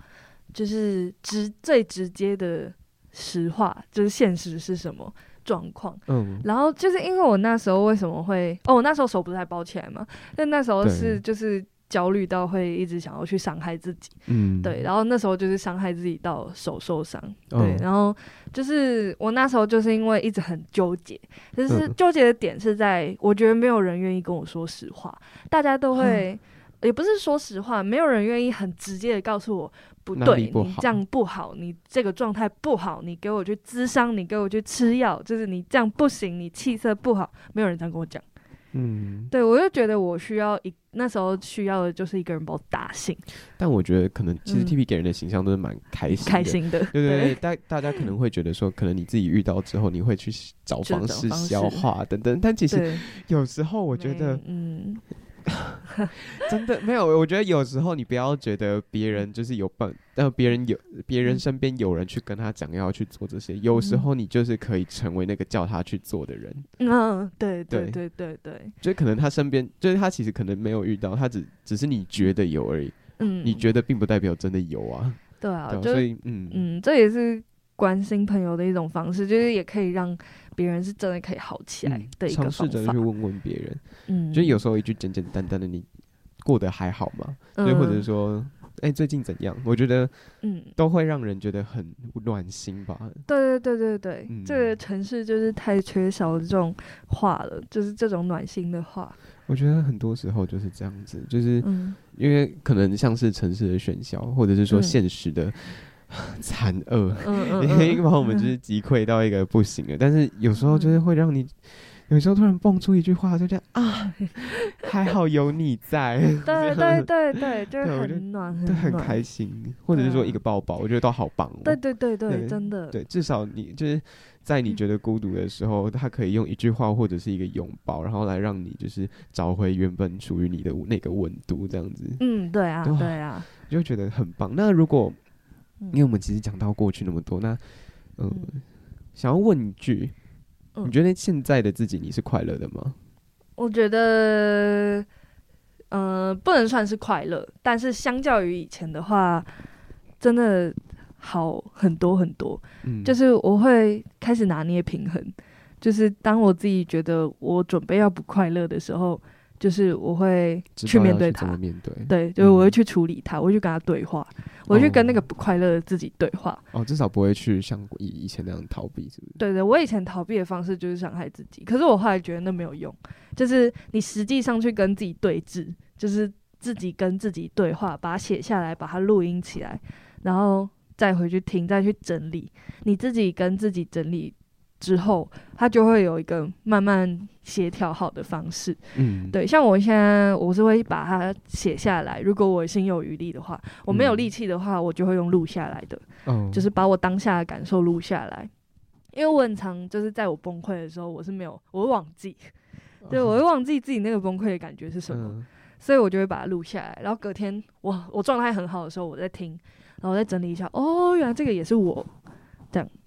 S2: 就是直最直接的实话，就是现实是什么状况。
S1: 嗯，
S2: 然后就是因为我那时候为什么会哦，我那时候手不是还包起来嘛，但那时候是就是焦虑到会一直想要去伤害自己，
S1: 嗯，
S2: 对，然后那时候就是伤害自己到手受伤，对
S1: 嗯，
S2: 然后就是我那时候就是因为一直很纠结，就是
S1: 嗯
S2: 纠结的点是在，我觉得没有人愿意跟我说实话，大家 都会，也不是说实话，没有人愿意很直接的告诉我不
S1: 哪
S2: 对，
S1: 里不
S2: 你
S1: 好
S2: 这样不好，你这个状态不好，你给我去咨商，你给我去吃药，就是你这样不行，你气色不好，没有人这样跟我讲。
S1: 嗯，
S2: 对我就觉得我需要一那时候需要的就是一个人把我打醒，
S1: 但我觉得可能其实
S2: 嗯
S1: T P 给人的形象都是蛮开心的，
S2: 开心的，
S1: 对对对，大大家可能会觉得说，可能你自己遇到之后，你会去找
S2: 就
S1: 方
S2: 找
S1: 式
S2: 方式
S1: 消化等等，但其实
S2: 对，
S1: 有时候我觉得
S2: 没嗯，
S1: 真的没有，我觉得有时候你不要觉得别人就是有办，呃，别人有别人
S2: 嗯
S1: 身边有人去跟他讲要去做这些，有时
S2: 嗯
S1: 候你就是可以成为那个叫他去做的人，
S2: 嗯，对对
S1: 对
S2: 对对对，
S1: 就是可能他身边就是他其实可能没有遇到，他只只是你觉得有而已，
S2: 嗯，
S1: 你觉得并不代表真的有啊，
S2: 对啊，
S1: 对啊，
S2: 就
S1: 所
S2: 是
S1: 以嗯
S2: 嗯，这也是关心朋友的一种方式，就是也可以让别人是真的可以好起来
S1: 嗯
S2: 的一个
S1: 尝
S2: 方
S1: 试着
S2: 法
S1: 去。问问别人，
S2: 嗯，
S1: 就有时候一句简简单单的你过得还好吗？
S2: 嗯，
S1: 对，或者说，哎、最近怎样？我觉得
S2: 嗯，
S1: 都会让人觉得很暖心吧。
S2: 对对对对对，
S1: 嗯
S2: 这个城市就是太缺少这种话了，就是这种暖心的话。
S1: 我觉得很多时候就是这样子，就是
S2: 嗯，
S1: 因为可能像是城市的喧嚣，或者是说
S2: 嗯
S1: 现实的 残恶，
S2: 嗯嗯
S1: 已经、
S2: 嗯，
S1: 把我们就是击溃到一个不行了。但是有时候就是会让你。有时候突然蹦出一句话，就这样啊，还好有你在，
S2: 对对对对，就是
S1: 对我就
S2: 很暖，
S1: 对，很
S2: 嗯暖嗯
S1: 开。心，或者是说一个抱抱，我觉得都好棒哦。
S2: 对对对对，
S1: 对
S2: 真的。
S1: 对，至少你就是在你
S2: 嗯
S1: 觉得孤独的时候，他可以用一句话或者是一个拥抱，然后来让你就是找回原本属于你的那个温度，这样子
S2: 嗯，对啊，
S1: 哇
S2: 对啊，
S1: 就会觉得很棒。那如果
S2: 嗯
S1: 因为我们其实讲到过去那么多，那嗯，
S2: 嗯
S1: 想要问一句，
S2: 嗯
S1: 你觉得现在的自己你是快乐的吗？
S2: 我觉得，呃，不能算是快乐，但是相较于以前的话，真的好很多很多。
S1: 嗯，
S2: 就是我会开始拿捏平衡，就是当我自己觉得我准备要不快乐的时候，就是我会
S1: 知
S2: 去
S1: 道
S2: 面
S1: 要
S2: 对
S1: 怎么
S2: 它。
S1: 面对
S2: 对，就是我会
S1: 嗯
S2: 去处理它，我会去跟他对话，我会去跟那个不快乐的自己对话。
S1: 哦，至少不会去像以以前那样逃避，是不是？
S2: 对对，我以前逃避的方式就是伤害自己，可是我后来觉得那没有用，就是你实际上去跟自己对峙，就是自己跟自己对话，把它写下来，把它录音起来，然后再回去听，再去整理，你自己跟自己整理之后，它就会有一个慢慢协调好的方式。
S1: 嗯，
S2: 对，像我现在我是会把它写下来，如果我心有余力的话，我没有
S1: 嗯
S2: 力气的话，我就会用录下来的。
S1: 哦，
S2: 就是把我当下的感受录下来。因为我很常就是在我崩溃的时候，我是没有，我会忘记，对我会忘记自己那个崩溃的感觉是什么，
S1: 嗯
S2: 所以我就会把它录下来，然后隔天我我状态很好的时候，我再听，然后我再整理一下，哦，原来这个也是我，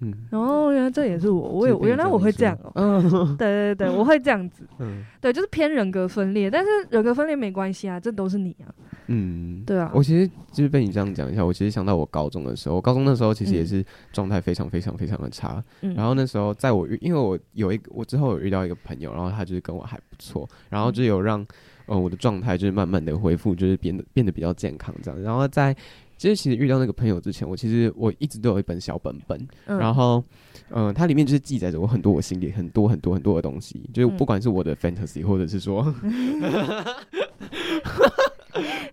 S1: 嗯，
S2: 哦，原来这也是我，我也
S1: 所以被你
S2: 原来我会这
S1: 这
S2: 样
S1: 样
S2: 哦、
S1: 嗯
S2: 对对对，我会这样子，
S1: 嗯
S2: 对，就是偏人格分裂，但是人格分裂没关系啊，这都是你啊，
S1: 嗯，
S2: 对啊
S1: 我其实就是被你这样讲一下，我其实想到我高中的时候，我高中那时候其实也
S2: 嗯
S1: 是状态非常非常非常的差。
S2: 嗯，
S1: 然后那时候在我遇，因为我有一个我之后有遇到一个朋友，然后他就是跟我还不错，然
S2: 嗯
S1: 后就有让呃我的状态就是慢慢的恢复，就是变得变得比较健康这样。然后在其实其实遇到那个朋友之前，我其实我一直都有一本小本本，
S2: 嗯
S1: 然后，嗯、它里面就是记载着我很多我心里很多很多很多的东西，就是不管是我的 fantasy，或者是说，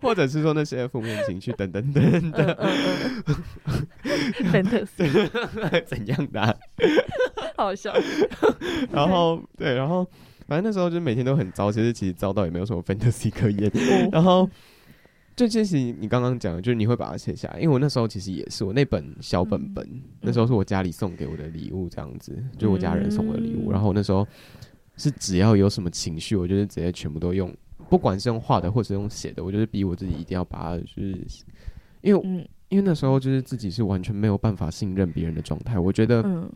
S1: 或者是说那些负面情绪等等等
S2: 嗯嗯嗯嗯 ，fantasy，
S1: 怎样的啊、
S2: 好笑，
S1: 然后对，然后反正那时候就是每天都很糟，其实其实糟到也没有什么 fantasy 可言。
S2: 哦，
S1: 然后，就这些你刚刚讲的，就是你会把它写下来，因为我那时候其实也是，我那本小本本、那时候是我家里送给我的礼物，这样子，就我家人送我的礼物。
S2: 嗯
S1: 然后我那时候是只要有什么情绪，我就是直接全部都用，不管是用画的或者用写的，我就是逼我自己一定要把它，就是因为
S2: 嗯
S1: 因为那时候就是自己是完全没有办法信任别人的状态，我觉得
S2: 嗯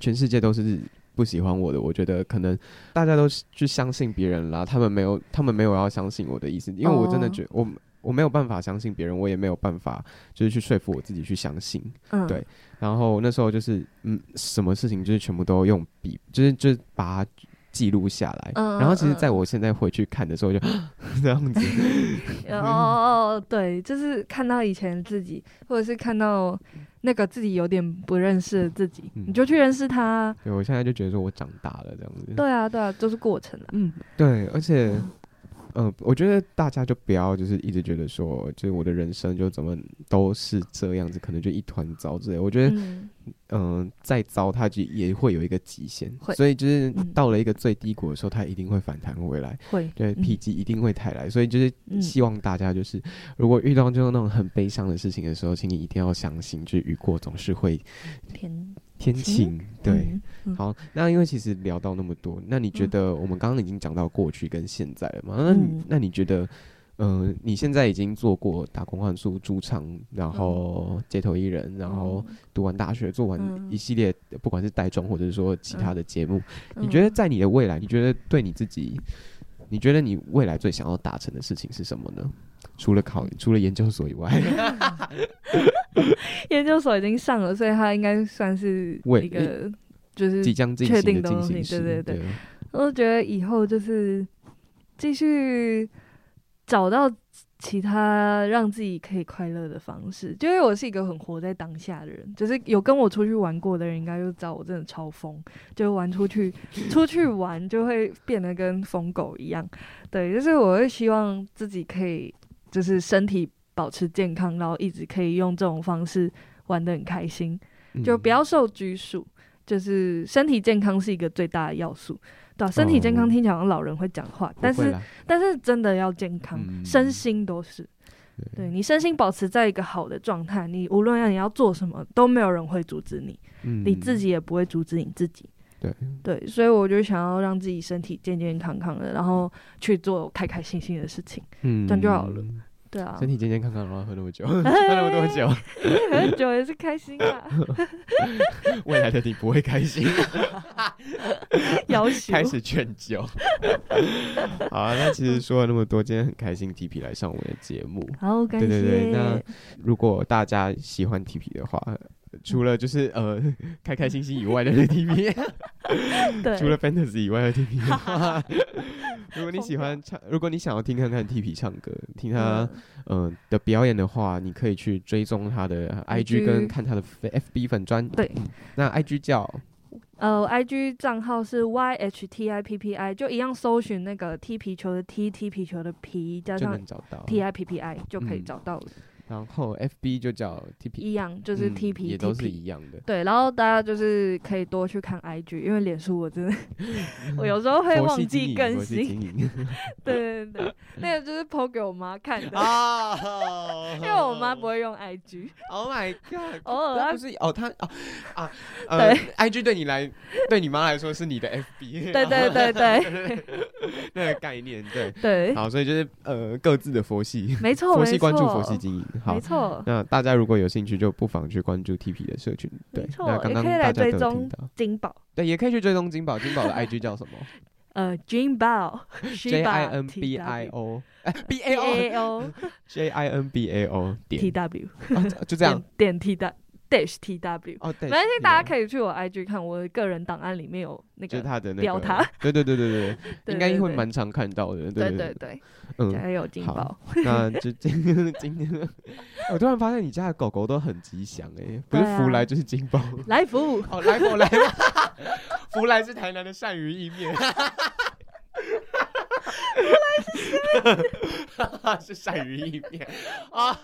S1: 全世界都是不喜欢我的，我觉得可能大家都是去相信别人啦，他们没有，他们没有要相信我的意思，因为我真的
S2: 哦
S1: 觉我我没有办法相信别人，我也没有办法就是去说服我自己去相信。
S2: 嗯，
S1: 对然后那时候就是嗯，什么事情就是全部都用笔，就是就是把它记录下来。
S2: 嗯
S1: 然后其实
S2: 嗯
S1: 在我现在回去看的时候就 这样子，嗯
S2: 呃哦哦哦，对，就是看到以前自己，或者是看到那个自己有点不认识的自己，
S1: 嗯
S2: 你就去认识他啊。
S1: 对我现在就觉得说我长大了这样子。
S2: 对啊，对啊，都是过程啊。
S1: 嗯，对，而且，
S2: 哦
S1: 嗯、我觉得大家就不要就是一直觉得说，就是我的人生就怎么都是这样子，可能就一团糟之类。我觉得，
S2: 嗯
S1: 嗯、再糟它就也会有一个极限
S2: 会，
S1: 所以就是
S2: 嗯
S1: 到了一个最低谷的时候，它一定会反弹回来。
S2: 会，
S1: 对，
S2: 嗯
S1: 脾气一定会抬来，所以就是
S2: 嗯
S1: 希望大家就是，如果遇到就是那种很悲伤的事情的时候，请你一定要相信，就是雨过总是会
S2: 天，
S1: 天晴。对，
S2: 嗯，
S1: 好，那因为其实聊到那么多，那你觉
S2: 嗯
S1: 得我们刚刚已经讲到过去跟现在了嘛？那你
S2: 嗯
S1: 那你觉得，嗯、你现在已经做过打工换宿、驻唱，
S2: 嗯
S1: 然后街头艺人，然后读完大学，做完
S2: 嗯
S1: 一系列的不管是带妆或者是说其他的节目，
S2: 嗯
S1: 你觉得在你的未来，你觉得对你自己，你觉得你未来最想要达成的事情是什么呢？除了
S2: 嗯
S1: 考，除了研究所以 外，
S2: 研究所已经上了，所以他应该算是
S1: 喂
S2: 一个，就是
S1: 即将进
S2: 确
S1: 行的
S2: 定的
S1: 进
S2: 东
S1: 行
S2: 西
S1: 啊时，
S2: 对对对我觉得以后就是继续找到其他让自己可以快乐的方式，就因为我是一个很活在当下的人，就是有跟我出去玩过的人应该就知道我真的超疯，就玩出去出去玩就会变得跟疯狗一样，对，就是我会希望自己可以就是身体保持健康，然后一直可以用这种方式玩得很开心，就
S1: 嗯
S2: 不要受拘束，就是身体健康是一个最大的要素，对、啊、身体健康
S1: 哦
S2: 听起来好像老人会讲话，
S1: 不
S2: 但
S1: 会
S2: 是
S1: 啦
S2: 但是真的要健康，
S1: 嗯
S2: 身心都是。对你身心保持在一个好的状态，你无论要你要做什么，都没有人会阻止你，你
S1: 嗯
S2: 自己也不会阻止你自己。
S1: 对
S2: 对，所以我就想要让自己身体健健康康的，然后去做开开心心的事情。
S1: 嗯，
S2: 这样就好了对啊，
S1: 身体健健康康，然后喝那么久，喝 那么多酒，
S2: 很 久也是开心 啊，
S1: 未来的你不会开 心，
S2: 要求
S1: 开始劝酒。 好啊，那
S2: 嗯
S1: 其实说了那么多，今天很开心 T P 来上我们的节目。
S2: 好感谢。
S1: 对对对，那如果大家喜欢 T P 的话，呃除了就是呃开开心心以外的 T P，
S2: 对
S1: 除了 Fantasy 以外的 T P 的 话，如果你喜欢唱，如果你想要听看看 T P 唱歌，听他。
S2: 嗯
S1: 嗯、的表演的话，你可以去追踪他的 IG
S2: IG
S1: 跟看他的 F B 粉专。
S2: 对
S1: 嗯，那 IG 叫
S2: 呃我，IG 账号是 YHTIPPI，就一样搜寻那个踢皮球的踢，踢皮球的皮，加
S1: 就
S2: 上
S1: 能找到。嗯
S2: TIPPI 就可以找到了。
S1: 然然后 FB 就叫 TP，
S2: 一样就是
S1: 嗯
S2: TP，、
S1: 也都是一样的。
S2: 对，然后大家就是可以多去看 IG，因为脸书 我真的我有时候会
S1: 佛
S2: 忘
S1: 系经
S2: 记
S1: 营
S2: 更
S1: 佛系
S2: 新。
S1: 经 营
S2: 对对对，那个就是 PO 给我妈看 的，
S1: 啊，
S2: 因为我妈不会用 IG，
S1: Oh my god！
S2: 偶尔
S1: 他
S2: 啊她
S1: 不是哦，他哦啊，呃，IG 对你来，对你妈来说是你 的 FB，
S2: 对对对对
S1: 那个概念对。
S2: 对，
S1: 好，所以就是呃各自的佛系，
S2: 没错
S1: 佛
S2: 没
S1: 系
S2: 错，
S1: 关注佛系经营。好
S2: 没， 错，
S1: 那大家如果有兴趣，就不妨去关注 TP 的社群。对
S2: 没，错
S1: 那刚
S2: 也
S1: 刚
S2: 可以
S1: 大家
S2: 来
S1: 都
S2: 追
S1: 有
S2: 踪
S1: 听到，
S2: 金宝，
S1: 对，也可以去追踪金宝， 金宝的 IG 叫什么
S2: 呃，Jim Bao
S1: ？J I N B I O，哎，B A O
S2: A O
S1: J I N B A O
S2: T
S1: 点，
S2: W
S1: 啊就这样。
S2: 点点 T W dash T W，
S1: 哦，对，
S2: 没关系，大家
S1: 以
S2: 可以去我 IG 看，我个人档案里面有那
S1: 就是
S2: 个，
S1: 他的那个
S2: 标他，
S1: 对对对对对对，
S2: 对
S1: 应该
S2: 对
S1: 会
S2: 对
S1: 蛮常看到的。
S2: 对
S1: 对
S2: 对，对，
S1: 嗯，
S2: 加油金
S1: 好
S2: 宝，
S1: 那就今天今天， 我突然发现你家的狗狗都很吉祥 哎，不是
S2: 对啊
S1: 福来就是金宝。
S2: 来服务。
S1: 哦，来福来，福来是台南的鳝鱼意面。福来是鳝鱼 意面。啊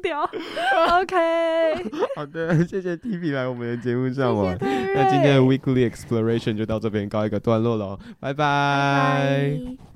S2: 掉。OK，
S1: 好的，谢谢 T P 来我们的节目上玩。
S2: 那
S1: 那今天的 Weekly Exploration 就到这边告一个段落喽，拜拜
S2: 拜。